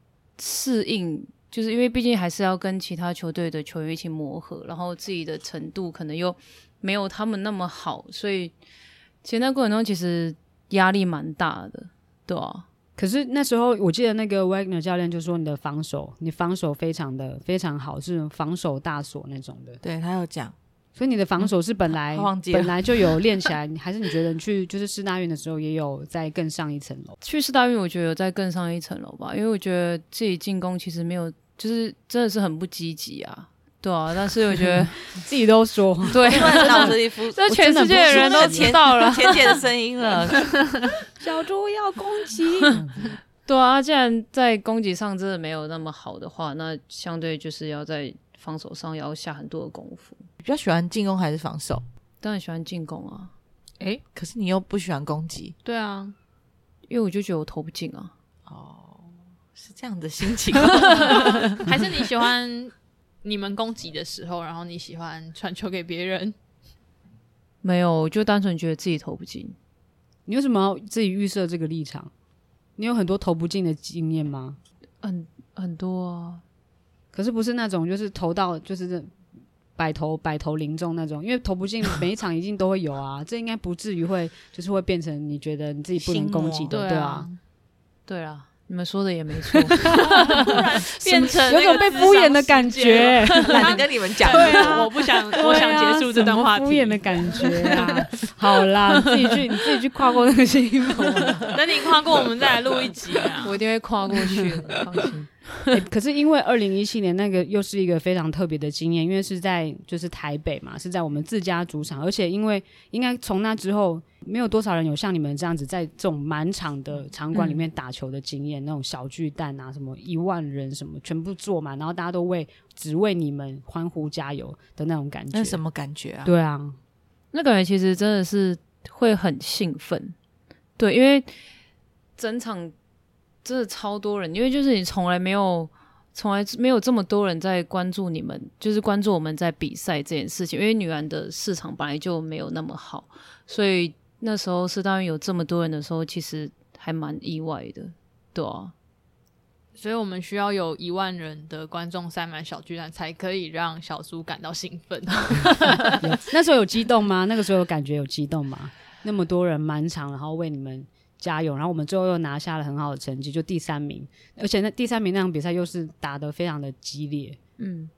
[SPEAKER 4] 适应，就是因为毕竟还是要跟其他球队的球员一起磨合，然后自己的程度可能又没有他们那么好，所以其实那过程中其实压力蛮大的，对啊，
[SPEAKER 2] 可是那时候，我记得那个 Wagner 教练就说你的防守，你防守非常的非常好，是防守大锁那种的。
[SPEAKER 3] 对他有讲，
[SPEAKER 2] 所以你的防守是本来、
[SPEAKER 3] 他忘记了
[SPEAKER 2] 本来就有练起来，你还是你觉得你去就是市大运的时候也有再更上一层
[SPEAKER 4] <laughs>
[SPEAKER 2] 楼？
[SPEAKER 4] 去世大运我觉得有再更上一层楼吧，因为我觉得自己进攻其实没有，就是真的是很不积极啊，对啊，但是我觉得
[SPEAKER 2] 自己都说
[SPEAKER 4] 对，
[SPEAKER 3] <laughs> 突然脑子里 <laughs> 浮，
[SPEAKER 4] <laughs> 这全世界的人都知道了。
[SPEAKER 3] 浅浅的声音了，
[SPEAKER 2] 小猪要攻击，
[SPEAKER 4] 对啊，既然在攻击上真的没有那么好的话，那相对就是要在防守上要下很多的功夫。
[SPEAKER 3] 比较喜欢进攻还是防守？
[SPEAKER 4] 当然喜欢进攻啊，
[SPEAKER 5] 诶，
[SPEAKER 3] <laughs> 可是你又不喜欢攻击，
[SPEAKER 5] <laughs> 对啊，
[SPEAKER 4] 因为我就觉得我投不进啊。
[SPEAKER 3] 是这样的心情。
[SPEAKER 5] 还是你喜欢你们攻击的时候，然后你喜欢传球给别人？
[SPEAKER 4] 没有，我就单纯觉得自己投不进。
[SPEAKER 2] <laughs> 你为什么要自己预设这个立场？你有很多投不进的经验吗？
[SPEAKER 4] 很很多啊，
[SPEAKER 2] 可是不是那种就是投到就是这百投百投零中那种，因为投不进每一场一定都会有啊，这应该不至于会就是会变成你觉得你自己不能
[SPEAKER 3] 心
[SPEAKER 2] 攻
[SPEAKER 3] 魔
[SPEAKER 2] 击的，
[SPEAKER 5] 对
[SPEAKER 2] 对
[SPEAKER 5] <laughs>
[SPEAKER 2] 啊。，
[SPEAKER 4] 对啦，你们说的也没
[SPEAKER 3] <laughs>
[SPEAKER 4] 错。
[SPEAKER 2] <laughs>
[SPEAKER 5] 变成
[SPEAKER 2] 有种被敷衍的感觉，
[SPEAKER 3] <laughs> <laughs> 懒得跟你们讲，
[SPEAKER 5] 对
[SPEAKER 3] <laughs>
[SPEAKER 5] 啊，我不想，我想结束这段
[SPEAKER 2] 对啊
[SPEAKER 5] 话
[SPEAKER 2] 什么敷衍
[SPEAKER 5] 题。
[SPEAKER 2] 的感觉啊！好啦，你自己去，你自己去跨过那个心魔、
[SPEAKER 5] 等你跨过，我们再来录一集
[SPEAKER 2] <laughs>
[SPEAKER 5] 啊。
[SPEAKER 4] 我一定会跨过去的，放心。
[SPEAKER 3] <laughs>
[SPEAKER 2] 欸可是因为二零一七年那个又是一个非常特别的经验，因为是在就是台北嘛，是在我们自家主场，而且因为应该从那之后没有多少人有像你们这样子在这种满场的场
[SPEAKER 3] 嗯
[SPEAKER 2] 馆里面打球的经验，那种小巨蛋啊，什么一万人什么全部坐满，然后大家都为只为你们欢呼加油的那种感觉。
[SPEAKER 3] 那什么感觉啊？
[SPEAKER 2] 对啊，
[SPEAKER 4] 那感觉其实真的是会很兴奋，对，因为整场真的超多人，因为就是你从来没有。从来没有这么多人在关注你们，就是关注我们在比赛这件事情，因为女篮的市场本来就没有那么好，所以那时候是当然有这么多人的时候，其实还蛮意外的，对啊，
[SPEAKER 5] 所以我们需要有一万人的观众塞满小巨蛋，才可以让小猪感到兴奋。 <laughs>
[SPEAKER 2] <laughs> 有那时候有激动吗？那个时候有感觉有激动吗？那么多人满场，然后为你们加油，然后我们最后又拿下了很好的成绩，就第三名。而且那第三名那场比赛又是打得非常的激烈，
[SPEAKER 4] 嗯，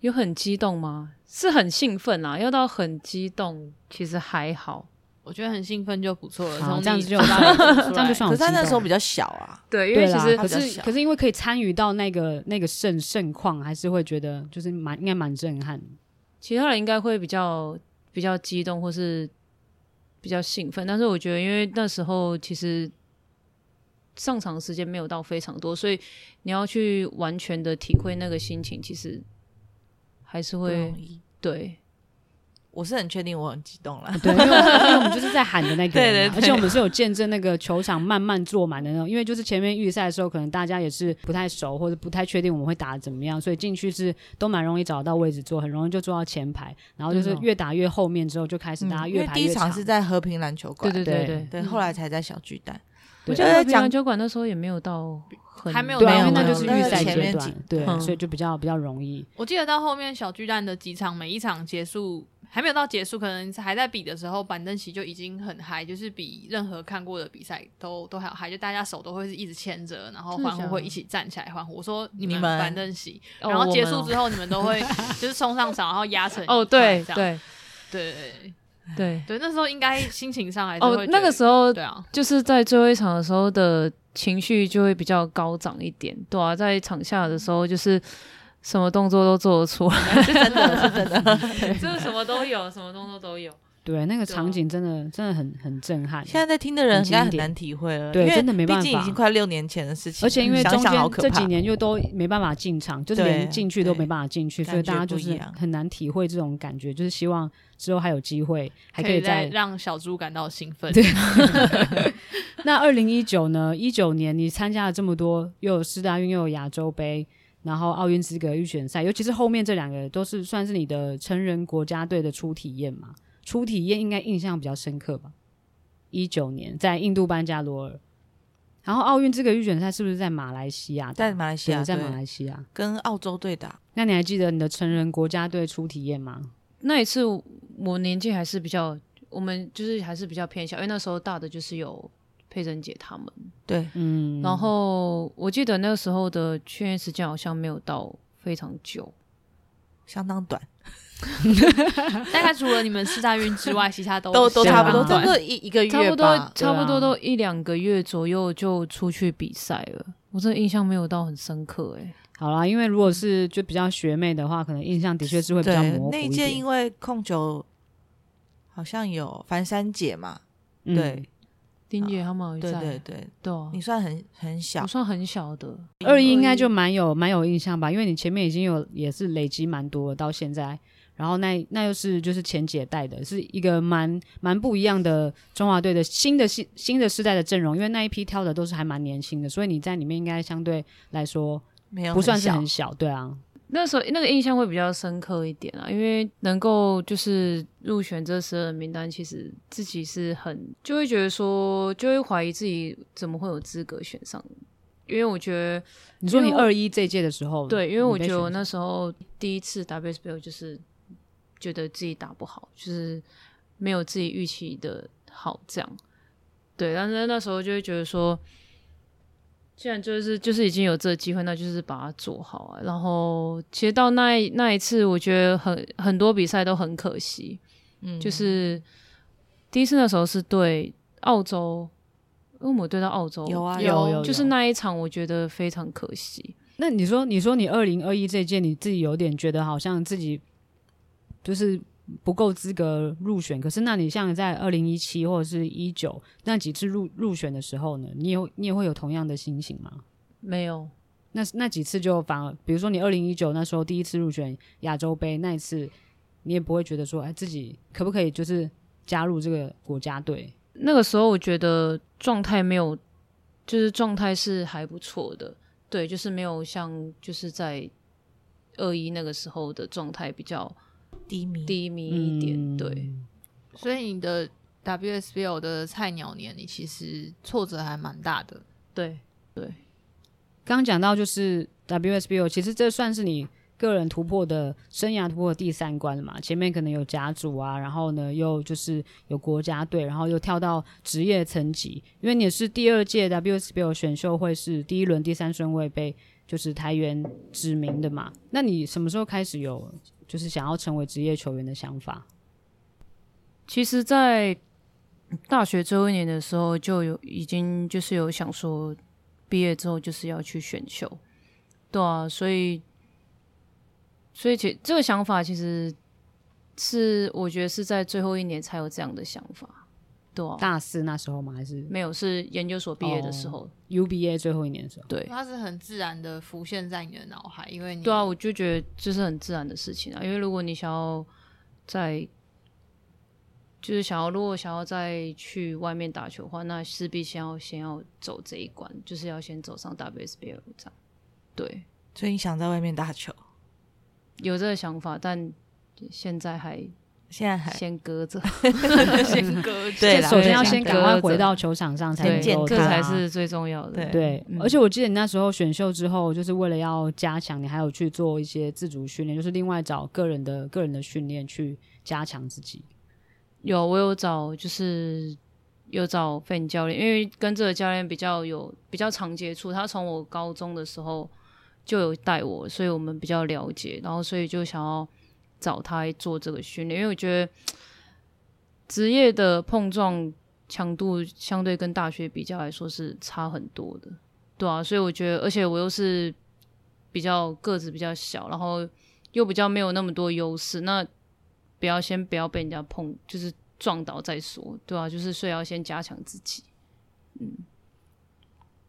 [SPEAKER 4] 有很激动吗？是很兴奋啦，要到很激动，其实还好，
[SPEAKER 5] 我觉得很兴奋就不错了，
[SPEAKER 2] 好
[SPEAKER 5] 从
[SPEAKER 2] 这样子就
[SPEAKER 5] 这
[SPEAKER 2] 这样就算
[SPEAKER 3] 可
[SPEAKER 2] 我
[SPEAKER 3] 是他那时候比
[SPEAKER 2] 较。
[SPEAKER 3] 较小啊，
[SPEAKER 4] 对，因
[SPEAKER 2] 对
[SPEAKER 4] 为其
[SPEAKER 2] 啦
[SPEAKER 4] 实，
[SPEAKER 2] 可
[SPEAKER 3] 他比较
[SPEAKER 2] 是
[SPEAKER 3] 小
[SPEAKER 2] 可是因为可以参与到那个那个盛盛况，还是会觉得就是蛮应该蛮震撼的。
[SPEAKER 4] 其他人应该会比较比较激动或是比较兴奋，但是我觉得，因为那时候其实上场时间没有到非常多，所以你要去完全的体会那个心情，其实还是
[SPEAKER 3] 不
[SPEAKER 4] 会
[SPEAKER 3] 容易。
[SPEAKER 4] 对。
[SPEAKER 3] 我是很确定我很激动啦。
[SPEAKER 2] 对，因为我们因为我们就是在喊的那个人
[SPEAKER 3] 对对
[SPEAKER 2] 嘛
[SPEAKER 3] 对
[SPEAKER 2] 而且我们是有见证那个球场慢慢坐满的那种。因为就是前面预赛的时候，可能大家也是不太熟，或者不太确定我们会打得怎么样，所以进去是都蛮容易找到位置坐，很容易就坐到前排。然后
[SPEAKER 3] 哦
[SPEAKER 2] 就是
[SPEAKER 4] 嗯
[SPEAKER 2] 越打越后面之后，就开始大家
[SPEAKER 3] 嗯因
[SPEAKER 2] 越
[SPEAKER 3] 为
[SPEAKER 2] 排
[SPEAKER 3] 第
[SPEAKER 2] 越
[SPEAKER 3] 一
[SPEAKER 2] 长。
[SPEAKER 3] 场是在和平篮球
[SPEAKER 4] 对
[SPEAKER 3] 馆，
[SPEAKER 4] 对
[SPEAKER 2] 对
[SPEAKER 4] 对
[SPEAKER 2] 对
[SPEAKER 4] 对，
[SPEAKER 3] 对，后来才在小巨蛋。
[SPEAKER 4] 我
[SPEAKER 2] 对
[SPEAKER 4] 觉得
[SPEAKER 3] 讲
[SPEAKER 4] 讲球馆那时候也没有到很
[SPEAKER 5] 还没有
[SPEAKER 2] 对啊，
[SPEAKER 3] 没
[SPEAKER 2] 因
[SPEAKER 3] 有
[SPEAKER 2] 为那
[SPEAKER 3] 没有
[SPEAKER 2] 就是
[SPEAKER 3] 没有
[SPEAKER 2] 预赛
[SPEAKER 3] 前
[SPEAKER 2] 阶
[SPEAKER 3] 面
[SPEAKER 2] 段
[SPEAKER 3] 几，
[SPEAKER 2] 对，
[SPEAKER 4] 嗯
[SPEAKER 2] 所以就比较比较容易。
[SPEAKER 5] 我记得到后面小巨蛋的几场，每一场结束还没有到结束，可能还在比的时候，板凳席就已经很嗨，就是比任何看过的比赛都都还要嗨，就大家手都会是一直牵着，然后
[SPEAKER 4] 真的
[SPEAKER 5] 欢呼
[SPEAKER 4] 假的
[SPEAKER 5] 会一起站起来欢呼。我说你
[SPEAKER 3] 你
[SPEAKER 5] 们
[SPEAKER 3] 们
[SPEAKER 5] 板凳席，
[SPEAKER 4] 哦
[SPEAKER 5] 然后结
[SPEAKER 4] 我
[SPEAKER 5] 束
[SPEAKER 4] 们哦
[SPEAKER 5] 之后你们都
[SPEAKER 4] <laughs>
[SPEAKER 5] 会就是冲上场，然后压成
[SPEAKER 4] 哦，
[SPEAKER 5] 一
[SPEAKER 4] 对
[SPEAKER 5] 块这样
[SPEAKER 4] 对
[SPEAKER 5] 对对
[SPEAKER 4] 对，
[SPEAKER 5] 对，那时候应该心情上还是
[SPEAKER 4] 哦
[SPEAKER 5] 会，
[SPEAKER 4] 那
[SPEAKER 5] 觉
[SPEAKER 4] 个
[SPEAKER 5] 得
[SPEAKER 4] 时候
[SPEAKER 5] 对啊，
[SPEAKER 4] 就是在最后一场的时候的情绪就会比较高涨一点，对啊，在场下的时候就是什么动作都做得 <laughs> 出来， <laughs> 真的是真的，就是什么都有，什么动作都有。
[SPEAKER 2] 对，那个
[SPEAKER 4] 对啊
[SPEAKER 2] 场景真的真的很很震撼。
[SPEAKER 3] 现在在听的人应
[SPEAKER 2] 嗯
[SPEAKER 3] 该
[SPEAKER 2] 很
[SPEAKER 3] 很
[SPEAKER 2] 经典
[SPEAKER 3] 难体会了，
[SPEAKER 2] 对
[SPEAKER 3] 因为
[SPEAKER 2] 真的没办法
[SPEAKER 3] 毕竟已经快六年前的事情了，
[SPEAKER 2] 而且因为
[SPEAKER 3] 想
[SPEAKER 2] 中
[SPEAKER 3] 想好
[SPEAKER 2] 间
[SPEAKER 3] 可
[SPEAKER 2] 这
[SPEAKER 3] 怕
[SPEAKER 2] 几年又都没办法进场，就是
[SPEAKER 3] 对
[SPEAKER 2] 连进去都
[SPEAKER 3] 对
[SPEAKER 2] 没办法进去，所以
[SPEAKER 3] 感觉
[SPEAKER 2] 大家就
[SPEAKER 3] 不一
[SPEAKER 2] 是
[SPEAKER 3] 样
[SPEAKER 2] 很难体会这种感觉。就是希望之后还有机会，还可以再。
[SPEAKER 5] 再让小猪感到兴
[SPEAKER 4] <laughs>
[SPEAKER 5] 奋。
[SPEAKER 2] 那二零一九呢？一九年你参加了这么多，又有四大运，又有亚洲杯，然后奥运资格预选赛，尤其是后面这两个都是算是你的成人国家队的初体验嘛？初体验应该印象比较深刻吧？一九年在印度班加罗尔，然后奥运这个预选赛是不是在马来西亚打？
[SPEAKER 3] 在马来西亚
[SPEAKER 2] 对在马
[SPEAKER 3] 对
[SPEAKER 2] 来西亚。
[SPEAKER 3] 跟澳洲对打，
[SPEAKER 2] 那你还记得你的成人国家队初体验吗？
[SPEAKER 4] 那一次我年纪还是比较，我们就是还是比较偏小，因为那时候大的就是有佩珍姐他们，
[SPEAKER 3] 对，
[SPEAKER 2] 嗯，
[SPEAKER 4] 然后我记得那个时候的训练时间好像没有到非常久，
[SPEAKER 3] 相当短，
[SPEAKER 5] <laughs> 大概除了你们四大运之外，其他都
[SPEAKER 3] 都都
[SPEAKER 2] 是
[SPEAKER 3] 差
[SPEAKER 2] 啊
[SPEAKER 3] 不多，
[SPEAKER 5] 对
[SPEAKER 3] 差不多一一个
[SPEAKER 4] 差
[SPEAKER 3] 月
[SPEAKER 4] 不多
[SPEAKER 3] 吧。
[SPEAKER 4] 差不
[SPEAKER 2] 对啊
[SPEAKER 4] 多都一两个月左右就出去比赛了。我真的印象没有到很深刻哎、
[SPEAKER 2] 好啦，因为如果是就比较学妹的话，可能印象的确是会比较
[SPEAKER 3] 对
[SPEAKER 2] 模糊，
[SPEAKER 3] 那一
[SPEAKER 2] 一
[SPEAKER 3] 届
[SPEAKER 2] 点。
[SPEAKER 3] 因为控球好像有樊三姐嘛，
[SPEAKER 2] 嗯
[SPEAKER 3] 对
[SPEAKER 4] 丁姐他们好像
[SPEAKER 3] 啊对对
[SPEAKER 4] 在
[SPEAKER 3] 对，
[SPEAKER 4] 对啊
[SPEAKER 3] 你算很很小
[SPEAKER 4] 我，算很小的，
[SPEAKER 2] 二一应该就蛮有蛮有印象吧，因为你前面已经有也是累积蛮多了，到现在，然后那那又是就是前姐带的，是一个蛮蛮不一样的中华队的新的新新的世代的阵容，因为那一批挑的都是还蛮年轻的，所以你在里面应该相对来说
[SPEAKER 3] 没有
[SPEAKER 2] 不算是
[SPEAKER 3] 小
[SPEAKER 2] 很小，对啊，
[SPEAKER 4] 那时候那个印象会比较深刻一点啊，因为能够就是入选这十二人名单，其实自己是很就会觉得说，就会怀疑自己怎么会有资格选上，因为我觉得
[SPEAKER 2] 你说你
[SPEAKER 4] 因为我
[SPEAKER 2] 二一这届的时候，
[SPEAKER 4] 对，因
[SPEAKER 2] 你
[SPEAKER 4] 为我
[SPEAKER 2] 被
[SPEAKER 4] 觉得我
[SPEAKER 2] 选
[SPEAKER 4] 那时候第一次 WSBL 就是觉得自己打不好，就是没有自己预期的好这样。对，但是那时候就会觉得说，既然就是就是已经有这个机会，那就是把它做好啊。然后其实到那一那一次，我觉得很很多比赛都很可惜，
[SPEAKER 3] 嗯
[SPEAKER 4] 就是第一次那时候是对澳洲，因为我们对到澳洲
[SPEAKER 3] 有啊
[SPEAKER 5] 有
[SPEAKER 2] 有
[SPEAKER 4] 就是那一场我觉得非常可惜。
[SPEAKER 2] 那你说，你说你二零二一这一届，你自己有点觉得好像自己就是不够资格入选。可是，那你像在二零一七或者是一九那几次入入选的时候呢，你也会你也会有同样的心情吗？
[SPEAKER 4] 没有，
[SPEAKER 2] 那那几次就反而，比如说你二零一九那时候第一次入选亚洲杯那一次，你也不会觉得说，哎，自己可不可以就是加入这个国家队？
[SPEAKER 4] 那个时候我觉得状态没有，就是状态是还不错的，对，就是没有像就是在二一那个时候的状态比较
[SPEAKER 3] 低迷，
[SPEAKER 4] 低迷一点，
[SPEAKER 2] 嗯
[SPEAKER 4] 对，
[SPEAKER 5] 所以你的 WSBL 的菜鸟年，你其实挫折还蛮大的。
[SPEAKER 4] 对
[SPEAKER 2] 刚刚讲到就是 WSBO，其实这算是你个人突破的生涯突破的第三关了嘛。前面可能有甲组啊，然后呢又就是有国家队，然后又跳到职业层级，因为你也是第二届 WSBO 选秀会是第一轮第三顺位被就是台原指名的嘛。那你什么时候开始有就是想要成为职业球员的想法？
[SPEAKER 4] 其实，在大学最后一年的时候，就有已经就是有想说，毕业之后就是要去选秀，对啊，所以，所以其这个想法其实是我觉得是在最后一年才有这样的想法，对
[SPEAKER 3] 哦
[SPEAKER 4] 啊，
[SPEAKER 2] 大四那时候吗？还是
[SPEAKER 4] 没有是研究所毕业的时候，
[SPEAKER 3] 哦
[SPEAKER 2] UBA 最后一年的时候？
[SPEAKER 4] 对
[SPEAKER 5] 它是很自然的浮现在你的脑海，因为你
[SPEAKER 4] 对
[SPEAKER 5] <laughs>
[SPEAKER 4] 啊，我就觉得这是很自然的事情啊，因为如果你想要在就是想要，如果想要再去外面打球的话，那势必先要先要走这一关，就是要先走上 WSBL 这样。对，
[SPEAKER 3] 所以你想在外面打球，
[SPEAKER 4] 有这个想法，但现在还
[SPEAKER 3] 现在还
[SPEAKER 4] 先搁着，
[SPEAKER 5] 先隔绝。
[SPEAKER 3] 对啦，
[SPEAKER 2] 首先要
[SPEAKER 4] 对
[SPEAKER 2] 先
[SPEAKER 4] 隔
[SPEAKER 2] 赶快
[SPEAKER 4] 着
[SPEAKER 2] 回到球场上才
[SPEAKER 4] 对
[SPEAKER 2] 能
[SPEAKER 3] 健
[SPEAKER 2] 够
[SPEAKER 4] 这
[SPEAKER 2] 打
[SPEAKER 4] 才是最重要的。
[SPEAKER 3] 对
[SPEAKER 2] 对，
[SPEAKER 4] 嗯
[SPEAKER 2] 而且我记得你那时候选秀之后，就是为了要加强，你还有去做一些自主训练，就是另外找个人的个人的训练去加强自己。
[SPEAKER 4] 有，我有找，就是有找费教练，因为跟这个教练比较有比较常接触，他从我高中的时候就有带我，所以我们比较了解，然后所以就想要找他做这个训练，因为我觉得职业的碰撞强度相对跟大学比较来说是差很多的，对啊，所以我觉得，而且我又是比较个子比较小，然后又比较没有那么多优势，那不要先不要被人家碰，就是撞倒再说，对啊，就是所以要先加强自己。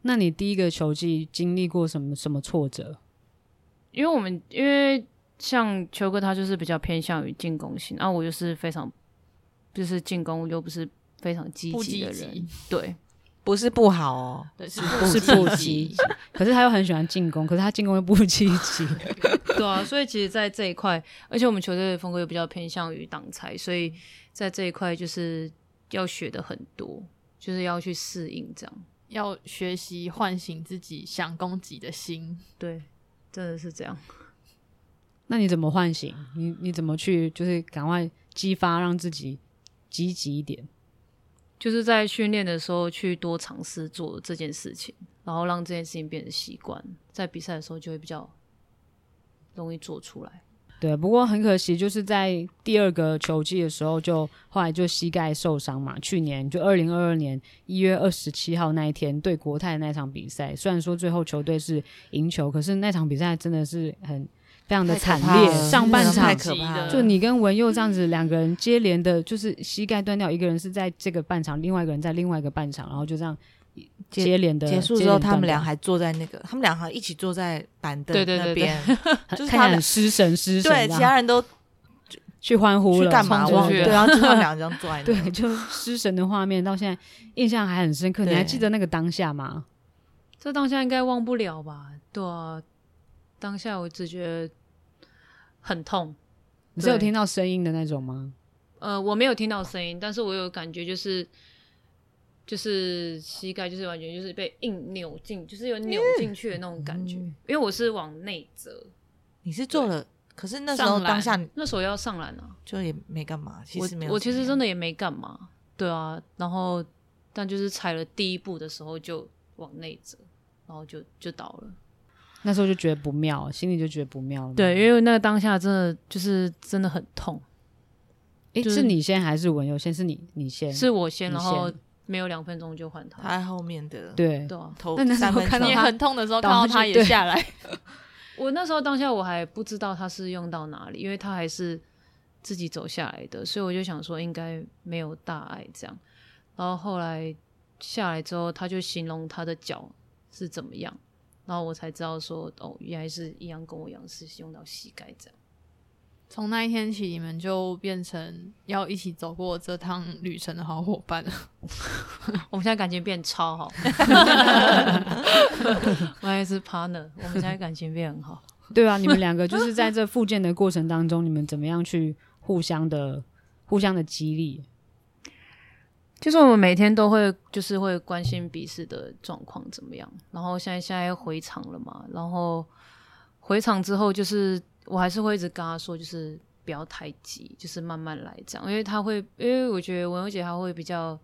[SPEAKER 2] 那你第一个球季经历过什么什么挫折？
[SPEAKER 4] 因为我们因为像球哥他就是比较偏向于进攻型，然、啊后我就是非常就是进攻又不是非常积
[SPEAKER 5] 不
[SPEAKER 4] 极
[SPEAKER 5] 积
[SPEAKER 4] 的
[SPEAKER 5] 极
[SPEAKER 4] 人，对，
[SPEAKER 3] 不是不好哦，
[SPEAKER 5] 对，是
[SPEAKER 2] 是
[SPEAKER 5] 不
[SPEAKER 2] 不积极，可是他又很喜欢进攻，可是他进攻又不积极。
[SPEAKER 4] 对啊，所以其实，在这一块，而且我们球队的风格又比较偏向于挡拆，所以在这一块就是要学的很多，就是要去适应这样。
[SPEAKER 5] 要学习唤醒自己想攻击的心。
[SPEAKER 4] 对，真的是这样。
[SPEAKER 2] 那你怎么唤醒？你你怎么去就是赶快激发，让自己积极一点？
[SPEAKER 4] 就是在训练的时候去多尝试做这件事情，然后让这件事情变成习惯，在比赛的时候就会比较容易做出来。
[SPEAKER 2] 对，不过很可惜，就是在第二个球季的时候就，后来就膝盖受伤嘛。去年就二零二二年一月二十七号那一天对国泰的那场比赛，虽然说最后球队是赢球，可是那场比赛真的是很非常的惨
[SPEAKER 3] 太
[SPEAKER 2] 烈
[SPEAKER 3] 可怕，了
[SPEAKER 2] 上半
[SPEAKER 3] 真的
[SPEAKER 2] 场
[SPEAKER 3] 太可怕了
[SPEAKER 2] 就你跟文佑这样子两个人接连的，就是膝盖断掉，一个人是在这个半场，另外一个人在另外一个半场，然后就这样
[SPEAKER 3] 结
[SPEAKER 2] 接连的
[SPEAKER 3] 结束之后，他们俩
[SPEAKER 2] 还。
[SPEAKER 3] 还坐在那个，他们俩好像一起坐在板凳
[SPEAKER 4] 对对对
[SPEAKER 3] 那边，就是
[SPEAKER 2] 看起
[SPEAKER 3] 他
[SPEAKER 2] 来
[SPEAKER 3] 们
[SPEAKER 2] 很失神失神这
[SPEAKER 3] 对
[SPEAKER 2] 样，
[SPEAKER 3] 其他人都
[SPEAKER 2] 去欢呼
[SPEAKER 3] 去
[SPEAKER 2] 了，
[SPEAKER 3] 干嘛
[SPEAKER 2] 冲出
[SPEAKER 3] 忘了，
[SPEAKER 2] 去
[SPEAKER 3] 对，
[SPEAKER 2] 了 <laughs>
[SPEAKER 3] 然后就他们俩这样坐在那。
[SPEAKER 2] 对，就失神的画面到现在印象还很深刻。你还
[SPEAKER 3] 对
[SPEAKER 2] 记得那个当下吗？
[SPEAKER 4] 这当下应该忘不了吧？对啊，当下我只觉得很痛。
[SPEAKER 2] 你是有
[SPEAKER 4] 对
[SPEAKER 2] 听到声音的那种吗？
[SPEAKER 4] 呃，我没有听到声音，但是我有感觉就是。就是膝盖，就是完全就是被硬扭进，就是有扭进去的那种感觉。
[SPEAKER 3] 嗯
[SPEAKER 4] 因为我是往内折，
[SPEAKER 3] 你是做了，可是那时
[SPEAKER 5] 上
[SPEAKER 3] 候
[SPEAKER 5] 篮
[SPEAKER 3] 当下
[SPEAKER 4] 那时候要上篮啊，
[SPEAKER 3] 就也没干嘛，其
[SPEAKER 4] 我
[SPEAKER 3] 实没有
[SPEAKER 4] 我其实真
[SPEAKER 3] 的
[SPEAKER 4] 的也没干嘛，对啊，然后但就是踩了第一步的时候就往内折，然后就就倒了。
[SPEAKER 2] 那时候就觉得不妙，心里就觉得不妙了。
[SPEAKER 4] 对，因为那个当下真的就是真的很痛，
[SPEAKER 2] 诶，
[SPEAKER 4] 就是
[SPEAKER 2] 是你先还是文佑先？是你你先？
[SPEAKER 4] 是我先，
[SPEAKER 2] 你
[SPEAKER 4] 然后
[SPEAKER 2] 先
[SPEAKER 4] 没有两分钟就换他，
[SPEAKER 3] 他在后面的
[SPEAKER 2] 对，
[SPEAKER 4] 对啊。
[SPEAKER 3] 头
[SPEAKER 2] 那那时候
[SPEAKER 3] 三分
[SPEAKER 2] 看到
[SPEAKER 5] 你
[SPEAKER 3] 球
[SPEAKER 2] 他
[SPEAKER 5] 很痛的时候，看
[SPEAKER 2] 倒
[SPEAKER 5] 到
[SPEAKER 2] 下
[SPEAKER 5] 他
[SPEAKER 2] 去
[SPEAKER 5] 也
[SPEAKER 2] 对
[SPEAKER 5] 下来， <laughs>
[SPEAKER 4] 我那时候当下我还不知道他是用到哪里，因为他还是自己走下来的，所以我就想说应该没有大碍这样。然后后来下来之后，他就形容他的脚是怎么样，然后我才知道说哦，原来是一样跟我一样是用到膝盖这样。
[SPEAKER 5] 从那一天起，你们就变成要一起走过这趟旅程的好伙伴了。 <laughs>
[SPEAKER 4] 我们现在感情变超好， <laughs> 我还是 partner，我们现在感情变很好。
[SPEAKER 2] 对啊，你们两个就是在这复健的过程当中，你们怎么样去互相的互相的激励？
[SPEAKER 4] 就是我们每天都会，就是会关心彼此的状况怎么样。然后现在现在回场了嘛，然后回场之后，就是我还是会一直跟他说，就是不要太急，就是慢慢来这样。因为他会，因为我觉得文友姐她会比较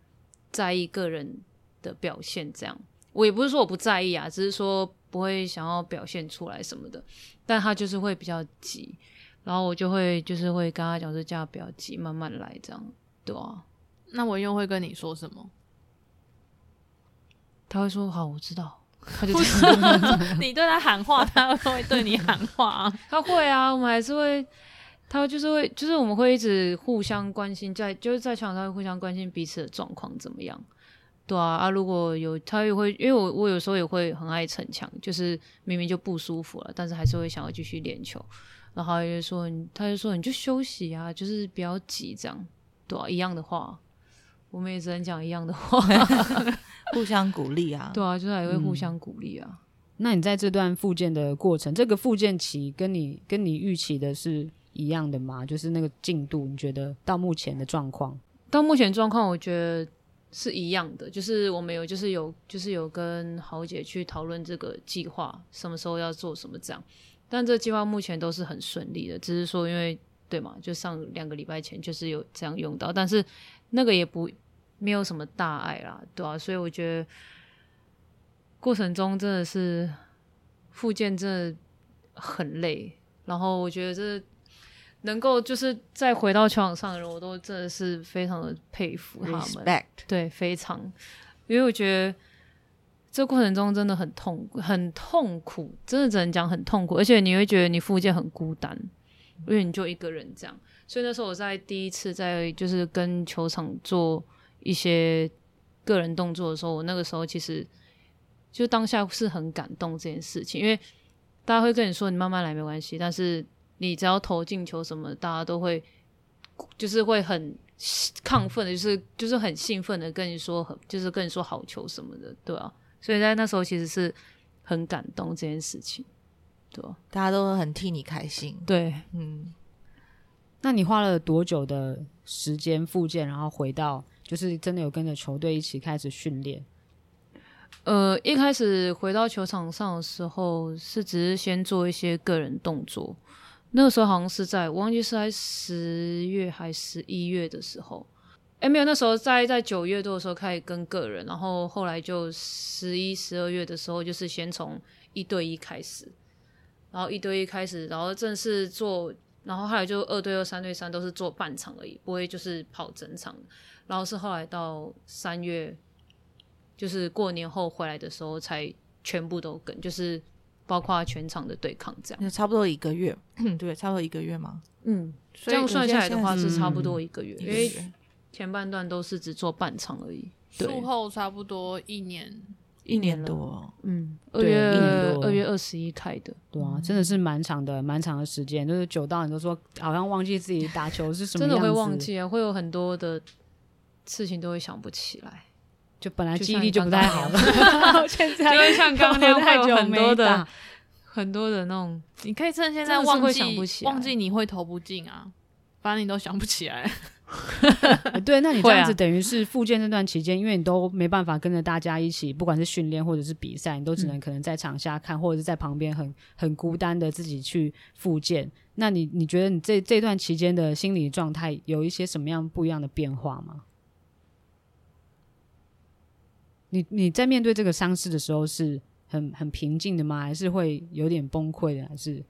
[SPEAKER 4] 在意个人的表现，这样。我也不是说我不在意啊，只是说不会想要表现出来什么的。但他就是会比较急，然后我就会就是会跟他讲说，叫他不要急，慢慢来这样，对啊。
[SPEAKER 5] 那我又会跟你说什么？
[SPEAKER 4] 他会说好，我知道。他就
[SPEAKER 5] 不是，你对他喊话，他会对你喊话啊。
[SPEAKER 4] 他会啊，我们还是会，他就是会，就是我们会一直互相关心，在就是在场上会互相关心彼此的状况怎么样。对啊，啊，如果有他也会，因为我我有时候也会很爱逞强，就是明明就不舒服了，但是还是会想要继续练球。然后他就说，你他就说你就休息啊，就是不要急这样。对啊，一样的话，我们也只能讲一样的话。
[SPEAKER 3] <laughs> 互相鼓励啊，
[SPEAKER 4] 对啊，就是还会互相鼓励啊。
[SPEAKER 2] 那你在这段复健的过程，这个复健期跟你跟你预期的是一样的吗？就是那个进度，你觉得到目前的状况？
[SPEAKER 4] 到目前状况，我觉得是一样的，就是我们有就是有就是有跟豪姐去讨论这个计划，什么时候要做什么这样。但这个计划目前都是很顺利的，只是说因为对嘛，就上两个礼拜前就是有这样用到，但是那个也不没有什么大碍啦，对啊，所以我觉得过程中真的是呃复健真的很累，然后啊我觉得这能够就是再回到球场上的人，我都真的是非常的佩服他们。
[SPEAKER 3] ，respect，
[SPEAKER 4] 对，非常，因为我觉得这过程中真的很痛，很痛苦，真的只能讲很痛苦，而且你会觉得你复健很孤单，因为你就一个人这样。所以那时候我在第一次在就是跟球场做一些个人动作的时候，我那个时候其实就当下是很感动这件事情，因为大家会跟你说你慢慢来没关系，但是你只要投进球什么，大家都会就是会很亢奋的，就是就是很兴奋的跟你说很，就是跟你说好球什么的，对啊。所以在那时候其实是很感动这件事情，对啊，
[SPEAKER 3] 大家都很替你开心，
[SPEAKER 4] 对，
[SPEAKER 3] 嗯，
[SPEAKER 2] 那你花了多久的时间复健，然后回到就是真的有跟着球队一起开始训练？
[SPEAKER 4] 呃，一开始回到球场上的时候，是只是先做一些个人动作。那个时候好像是在，我忘记是在十月还是一月的时候，哎，没有，那时候在在九月多的时候开始跟个人，然后后来就十一、十二月的时候，就是先从一对一开始，然后一对一开始，然后正式做，然后后来就二对二、三对三都是做半场而已，不会就是跑整场。然后是后来到三月，就是过年后回来的时候才全部都跟，就是包括全场的对抗这样。
[SPEAKER 3] 就差不多一个月， <clears throat> 对，差不多一个月嘛。
[SPEAKER 4] 嗯，
[SPEAKER 3] 所以
[SPEAKER 4] 这样算下来的话
[SPEAKER 3] 你
[SPEAKER 2] 现
[SPEAKER 4] 是
[SPEAKER 2] 在
[SPEAKER 4] 差不多一个月，
[SPEAKER 3] 现
[SPEAKER 4] 因
[SPEAKER 3] 在是一
[SPEAKER 4] 为
[SPEAKER 3] 个月
[SPEAKER 4] 前半段都是只做半场而已。
[SPEAKER 5] <laughs>
[SPEAKER 4] 对，
[SPEAKER 5] 术后差不多一年，
[SPEAKER 3] 一年多，
[SPEAKER 4] 嗯，二
[SPEAKER 2] 对
[SPEAKER 4] 月
[SPEAKER 2] 一年多
[SPEAKER 4] 二月二十一开的，
[SPEAKER 2] 对啊，真的是蛮长的，蛮长的时间，就是久到你都说啊好像忘记自己打球是什么
[SPEAKER 4] 真
[SPEAKER 2] 样
[SPEAKER 4] 的
[SPEAKER 2] 子，
[SPEAKER 4] 会忘，记啊，会有很多的事情都会想不起来。
[SPEAKER 2] 就本来
[SPEAKER 4] 就
[SPEAKER 2] 记忆
[SPEAKER 4] 像
[SPEAKER 2] 力
[SPEAKER 4] 你
[SPEAKER 2] 就不
[SPEAKER 4] 刚
[SPEAKER 2] 太
[SPEAKER 4] 刚
[SPEAKER 2] 好 <laughs>
[SPEAKER 4] 那
[SPEAKER 2] 了，现在
[SPEAKER 4] 就会像刚刚 <laughs> 那样
[SPEAKER 2] 我太
[SPEAKER 4] 会有
[SPEAKER 2] 久
[SPEAKER 4] 很多
[SPEAKER 2] 没
[SPEAKER 4] 的
[SPEAKER 2] 打
[SPEAKER 4] 很多的那种，
[SPEAKER 5] 你可以趁现
[SPEAKER 4] 真
[SPEAKER 5] 在
[SPEAKER 4] 的是
[SPEAKER 5] 忘
[SPEAKER 4] 会
[SPEAKER 5] 记
[SPEAKER 4] 想不起来
[SPEAKER 5] 忘记你会投不进啊，反正你都想不起来。 <laughs>
[SPEAKER 2] <laughs> 呃对，那你这
[SPEAKER 4] 会啊
[SPEAKER 2] 样子等于是复健这段期间，因为你都没办法跟着大家一起，不管是训练或者是比赛，你都
[SPEAKER 4] 嗯
[SPEAKER 2] 只能可能在场下看，或者是在旁边很很孤单的自己去复健。那你你觉得你这这段期间的心理状态有一些什么样不一样的变化吗？你你在面对这个伤势的时候是很很平静的吗？还是会有点崩溃的？还是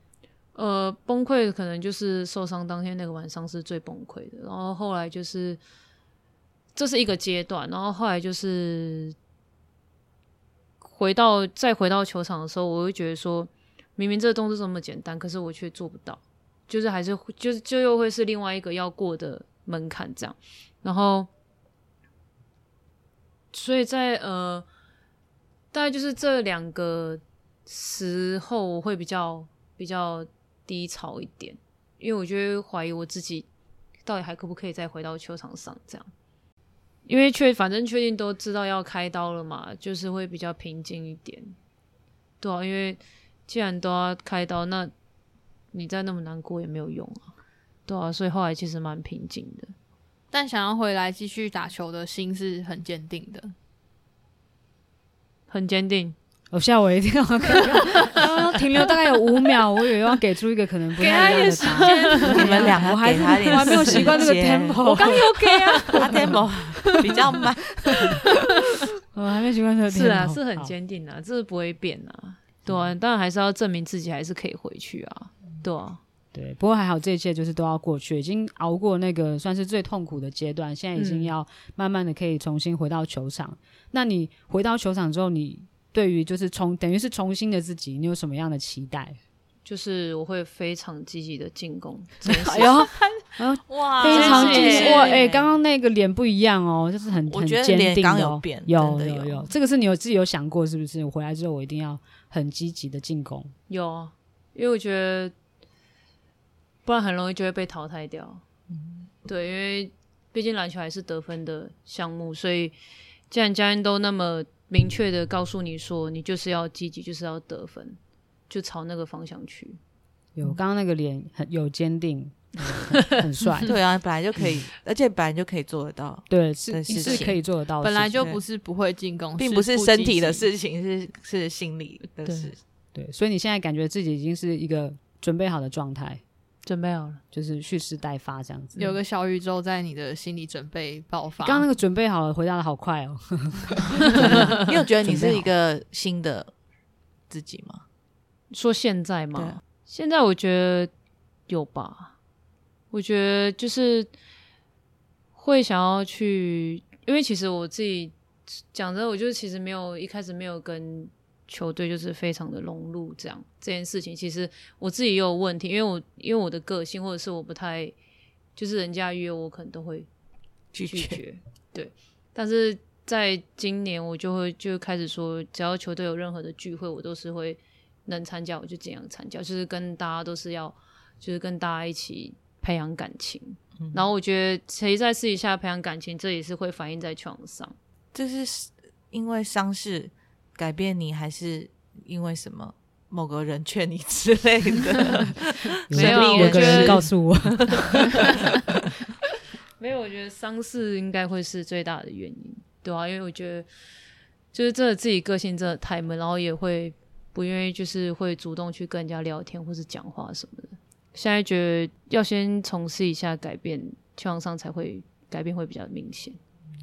[SPEAKER 4] 呃，崩溃可能就是受伤当天那个晚上是最崩溃的，然后后来就是这是一个阶段，然后后来就是回到再回到球场的时候，我会觉得说，明明这个动作这么简单，可是我却做不到，就是还是就是就又会是另外一个要过的门槛这样，然后所以在呃，大概就是这两个时候我会比较比较低潮一点，因为我就会怀疑我自己到底还可不可以再回到球场上这样。因为确反正确定都知道要开刀了嘛，就是会比较平静一点，对啊，因为既然都要开刀，那你再那么难过也没有用啊，对啊，所以后来其实蛮平静的。
[SPEAKER 5] 但想要回来继续打球的心是很坚定的。
[SPEAKER 4] 很坚定，
[SPEAKER 2] 我哦吓我一跳，刚
[SPEAKER 4] <laughs>
[SPEAKER 2] 刚哦停留大概有五秒，我以为要给出一个可能不太一样的答案。
[SPEAKER 5] <laughs>
[SPEAKER 3] 你们两个
[SPEAKER 2] 我还
[SPEAKER 3] 给他
[SPEAKER 2] <laughs> 我还没有习惯这个 tempo，我刚有给啊，
[SPEAKER 3] 他 tempo 比较慢，
[SPEAKER 2] 我还没习惯这个 tempo，
[SPEAKER 4] 是啊，是很
[SPEAKER 2] 哦好
[SPEAKER 4] 坚定啊，这不会变啊，对啊，当然还是要证明自己还是可以回去啊，对啊，
[SPEAKER 2] 对，不过还好这一切就是都要过去，已经熬过那个算是最痛苦的阶段，现在已经
[SPEAKER 4] 嗯
[SPEAKER 2] 要慢慢的可以重新回到球场。那你回到球场之后，你对于就是重等于是重新的自己，你有什么样的期待？
[SPEAKER 4] 就是我会非常积极的进攻，这件事
[SPEAKER 2] 哎呦，
[SPEAKER 3] 啊
[SPEAKER 5] 哇
[SPEAKER 2] 非常
[SPEAKER 4] 真
[SPEAKER 2] 进
[SPEAKER 4] 是
[SPEAKER 2] 步！
[SPEAKER 4] 耶
[SPEAKER 2] 哇哎，刚刚那个脸不一样哦，就是很
[SPEAKER 3] 我
[SPEAKER 2] 很
[SPEAKER 3] 觉得
[SPEAKER 2] 坚
[SPEAKER 3] 脸
[SPEAKER 2] 定的
[SPEAKER 3] 刚
[SPEAKER 2] 哦
[SPEAKER 3] 有变
[SPEAKER 2] 有
[SPEAKER 3] 真的
[SPEAKER 2] 有
[SPEAKER 3] 有
[SPEAKER 2] 有，这个是你有自己有想过是不是？我回来之后我一定要很积极的进攻。
[SPEAKER 4] 有啊，因为我觉得不然很容易就会被淘汰掉。对，因为毕竟篮球还是得分的项目，所以既然教练都那么明确的告诉你说，你就是要积极，就是要得分，就朝那个方向去。
[SPEAKER 2] 有，刚刚那个脸很有坚定，很很很
[SPEAKER 3] <laughs>，
[SPEAKER 2] 帅
[SPEAKER 3] 对啊，本来就可以，而且本来就可以做得到，
[SPEAKER 2] 对，
[SPEAKER 3] 对
[SPEAKER 2] 是
[SPEAKER 3] 是
[SPEAKER 2] 是
[SPEAKER 3] 的
[SPEAKER 2] 可以做得到的事情。
[SPEAKER 5] 本来就不是不会进攻，
[SPEAKER 3] 并不是身体的
[SPEAKER 5] 事。
[SPEAKER 3] 事情，是是心理的
[SPEAKER 4] 对
[SPEAKER 3] 事。
[SPEAKER 2] 对，所以你现在感觉自己已经是一个准备好的状态，
[SPEAKER 4] 准备好了，
[SPEAKER 2] 就是蓄势待发这样子。
[SPEAKER 5] 有个小宇宙在你的心理准备爆发。
[SPEAKER 2] 刚刚那个准备好了，回答的好快哦。
[SPEAKER 3] 你有觉得你是一个新的自己吗？
[SPEAKER 4] 说现在嘛，
[SPEAKER 3] 对啊
[SPEAKER 4] 现在我觉得有吧，我觉得就是会想要去，因为其实我自己讲真的，我就是其实没有一开始没有跟球队就是非常的融入这样这件事情，其实我自己也有问题，因为我因为我的个性或者是我不太，就是人家约我可能都会
[SPEAKER 3] 拒
[SPEAKER 4] 拒
[SPEAKER 3] 绝。
[SPEAKER 4] 绝。对，但是在今年我就会就开始说，只要球队有任何的聚会，我都是会能参加我就尽量参加，就是跟大家都是要，就是跟大家一起培养感情。
[SPEAKER 3] 嗯
[SPEAKER 4] 然后我觉得谁在私底下培养感情，这也是会反映在球场上。
[SPEAKER 3] 这是因为伤势改变你，还是因为什么某个人劝你之类的？
[SPEAKER 2] 有
[SPEAKER 4] 没有啊
[SPEAKER 2] 有
[SPEAKER 4] 我
[SPEAKER 2] 个
[SPEAKER 4] 觉
[SPEAKER 2] 人
[SPEAKER 4] 得
[SPEAKER 2] 告诉我，
[SPEAKER 4] 没有，我觉得伤势应该会是最大的原因，对啊，因为我觉得就是真的自己个性真的太闷，然后也会不愿意，就是会主动去跟人家聊天或是讲话什么的。现在觉得要先从事一下改变，去往上才会改变会比较明显。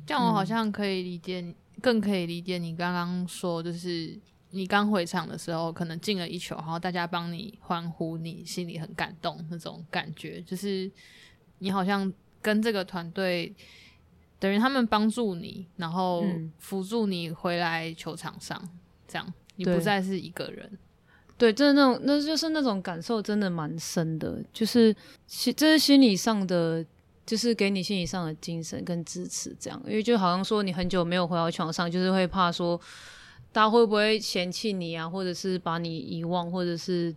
[SPEAKER 5] 这样我好像可以理解
[SPEAKER 4] 嗯
[SPEAKER 5] 你，更可以理解你刚刚说，就是你刚回场的时候，可能进了一球，然后大家帮你欢呼，你心里很感动那种感觉，就是你好像跟这个团队，等于他们帮助你，然后
[SPEAKER 4] 嗯
[SPEAKER 5] 辅助你回来球场上，这样你
[SPEAKER 4] 对
[SPEAKER 5] 不再是一个人。
[SPEAKER 4] 对，真的那种，那就是那种感受，真的蛮深的，就是心，这是心理上的，就是给你心理上的精神跟支持，这样，因为就好像说你很久没有回到床上，就是会怕说大家会不会嫌弃你啊，或者是把你遗忘，或者是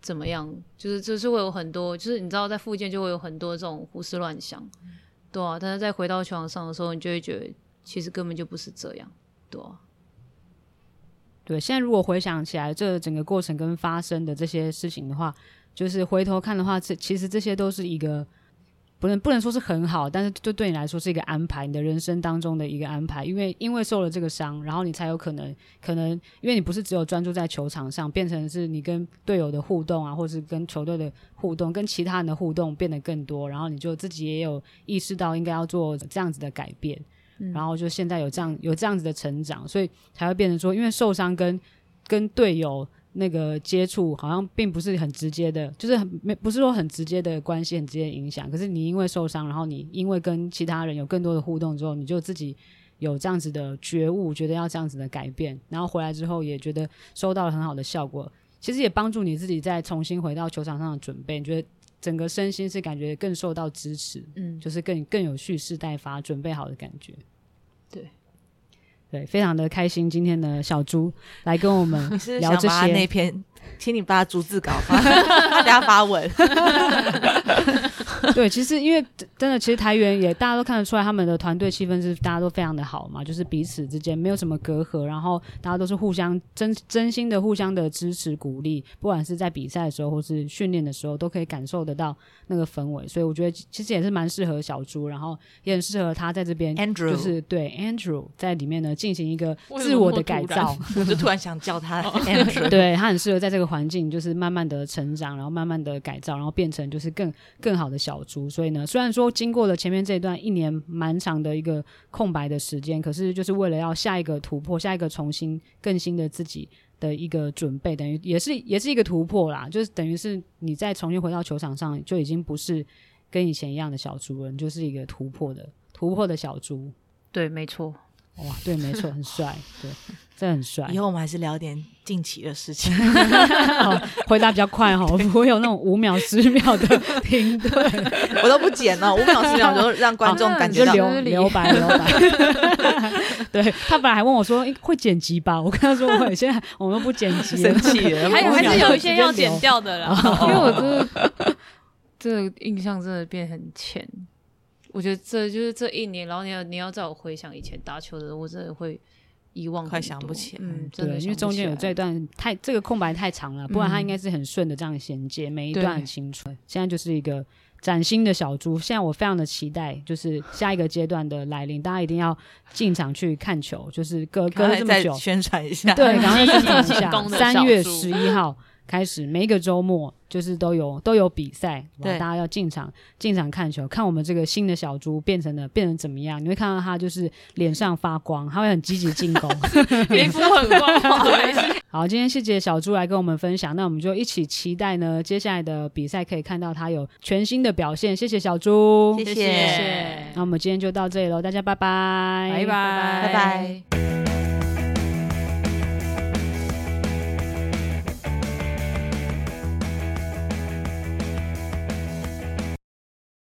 [SPEAKER 4] 怎么样，就是就是会有很多，就是你知道在附件就会有很多这种胡思乱想，
[SPEAKER 2] 嗯
[SPEAKER 4] 对啊，但是在回到床上的时候，你就会觉得其实根本就不是这样，对啊，
[SPEAKER 2] 对，现在如果回想起来，这整个过程跟发生的这些事情的话，就是回头看的话，这其实这些都是一个不能不能说是很好，但是就对你来说是一个安排，你的人生当中的一个安排。因为因为受了这个伤，然后你才有可能可能，因为你不是只有专注在球场上，变成是你跟队友的互动啊，或是跟球队的互动，跟其他人的互动变得更多，然后你就自己也有意识到应该要做这样子的改变。然后就现在有这样有这样子的成长，所以才会变成说，因为受伤跟跟队友那个接触好像并不是很直接的，就是很没不是说很直接的关系，很直接的影响。可是你因为受伤，然后你因为跟其他人有更多的互动之后，你就自己有这样子的觉悟，觉得要这样子的改变，然后回来之后也觉得收到了很好的效果。其实也帮助你自己再重新回到球场上的准备，你觉得整个身心是感觉更受到支持，
[SPEAKER 4] 嗯
[SPEAKER 2] 就是更更有蓄势待发、准备好的感觉。
[SPEAKER 4] 对，
[SPEAKER 2] 对，非常的开心，今天的小猪来跟我们
[SPEAKER 3] <laughs> 你是不是
[SPEAKER 2] 聊
[SPEAKER 3] 想
[SPEAKER 2] 这
[SPEAKER 3] 把他
[SPEAKER 2] 些
[SPEAKER 3] 那篇，请你把他逐字稿发， <laughs> 他等下发文。
[SPEAKER 2] 对，其实因为真真的，其实台原也大家都看得出来，他们的团队气氛是大家都非常的好嘛，就是彼此之间没有什么隔阂，然后大家都是互相真真心的互相的支持鼓励，不管是在比赛的时候或是训练的时候，都可以感受得到那个氛围。所以我觉得其其实也是蛮适合小猪，然后也很适合他在这边
[SPEAKER 3] Andrew，
[SPEAKER 2] 就是对 Andrew 在里面呢进行一个
[SPEAKER 5] 为什么
[SPEAKER 2] 自我的
[SPEAKER 5] 那么
[SPEAKER 2] 改
[SPEAKER 5] 突然 <laughs>
[SPEAKER 2] 造，
[SPEAKER 3] 我就突然想叫他 <laughs> Andrew。
[SPEAKER 2] 对他很适合在这个环境，就是慢慢的成长，然后慢慢的改造，然后变成就是更更好的小猪。所以呢，虽然说经过了前面这一段一年蛮长的一个空白的时间，可是就是为了要下一个突破，下一个重新更新的自己的一个准备，等于也是也是一个突破啦，就是等于是你再重新回到球场上，就已经不是跟以前一样的小猪了，你就是一个突破的突破的小猪。
[SPEAKER 4] 对，没错。
[SPEAKER 2] 哇，对，没错，很帅，对，这很帅。
[SPEAKER 3] 以后我们还是聊点近期的事情。 <laughs>
[SPEAKER 2] 哦，回答比较快哈，不会有那种五秒、十秒的停顿，
[SPEAKER 3] 我都不剪了，五秒十秒就让观众感
[SPEAKER 2] 就
[SPEAKER 3] 觉到
[SPEAKER 4] 好。
[SPEAKER 2] 留
[SPEAKER 4] 失礼
[SPEAKER 2] 留白留
[SPEAKER 4] <laughs>
[SPEAKER 2] 白。对他本来还问我说、诶会剪辑吧，我跟他说会，现在我们都不剪辑了
[SPEAKER 3] 生。气了，
[SPEAKER 5] 还有
[SPEAKER 2] 我
[SPEAKER 5] 还
[SPEAKER 2] 想
[SPEAKER 5] 是
[SPEAKER 2] 说
[SPEAKER 5] 有一
[SPEAKER 2] 直
[SPEAKER 5] 些
[SPEAKER 2] 接
[SPEAKER 5] 要
[SPEAKER 2] 留
[SPEAKER 5] 剪掉的啦，
[SPEAKER 4] <laughs> 因为我真的
[SPEAKER 2] <laughs>
[SPEAKER 4] 这个印象真的变很浅。我觉得这就是这一年，然后你要你要在我回想以前打球的，我真的会遗忘很多，
[SPEAKER 3] 快想不起来
[SPEAKER 4] 嗯，真的
[SPEAKER 2] 对，
[SPEAKER 4] 想不起来，嗯
[SPEAKER 2] 因为中间有这段太这个空白太长了，不然他应该是很顺的这样衔接，每一段很清楚。现在就是一个崭新的小猪，现在我非常的期待，就是下一个阶段的来临，大家一定要进场去看球，就是隔隔
[SPEAKER 3] 刚
[SPEAKER 2] 了
[SPEAKER 3] 才
[SPEAKER 2] 这么
[SPEAKER 3] 再
[SPEAKER 2] 久，
[SPEAKER 3] 宣传一
[SPEAKER 2] <laughs>
[SPEAKER 3] 下。
[SPEAKER 2] 对，赶快宣传一
[SPEAKER 5] 积极进
[SPEAKER 2] 下。
[SPEAKER 5] 攻的
[SPEAKER 2] 三
[SPEAKER 5] 小
[SPEAKER 2] 月
[SPEAKER 5] 猪
[SPEAKER 2] 十一号开始，每一个周末就是都有都有比赛，哇
[SPEAKER 3] 对
[SPEAKER 2] 大家要进场进场看球，看我们这个新的小猪变成了变成怎么样？你会看到他就是脸上发光，他会很积极进攻。
[SPEAKER 5] 皮肤很
[SPEAKER 2] <laughs>
[SPEAKER 5] 光滑，
[SPEAKER 2] 好，今天谢谢小猪来跟我们分享，那我们就一起期待呢，接下来的比赛可以看到他有全新的表现。谢谢小猪，
[SPEAKER 3] 谢
[SPEAKER 5] 谢谢
[SPEAKER 2] 那我们今天就到这里喽，大家拜拜，
[SPEAKER 5] 拜拜
[SPEAKER 3] 拜拜。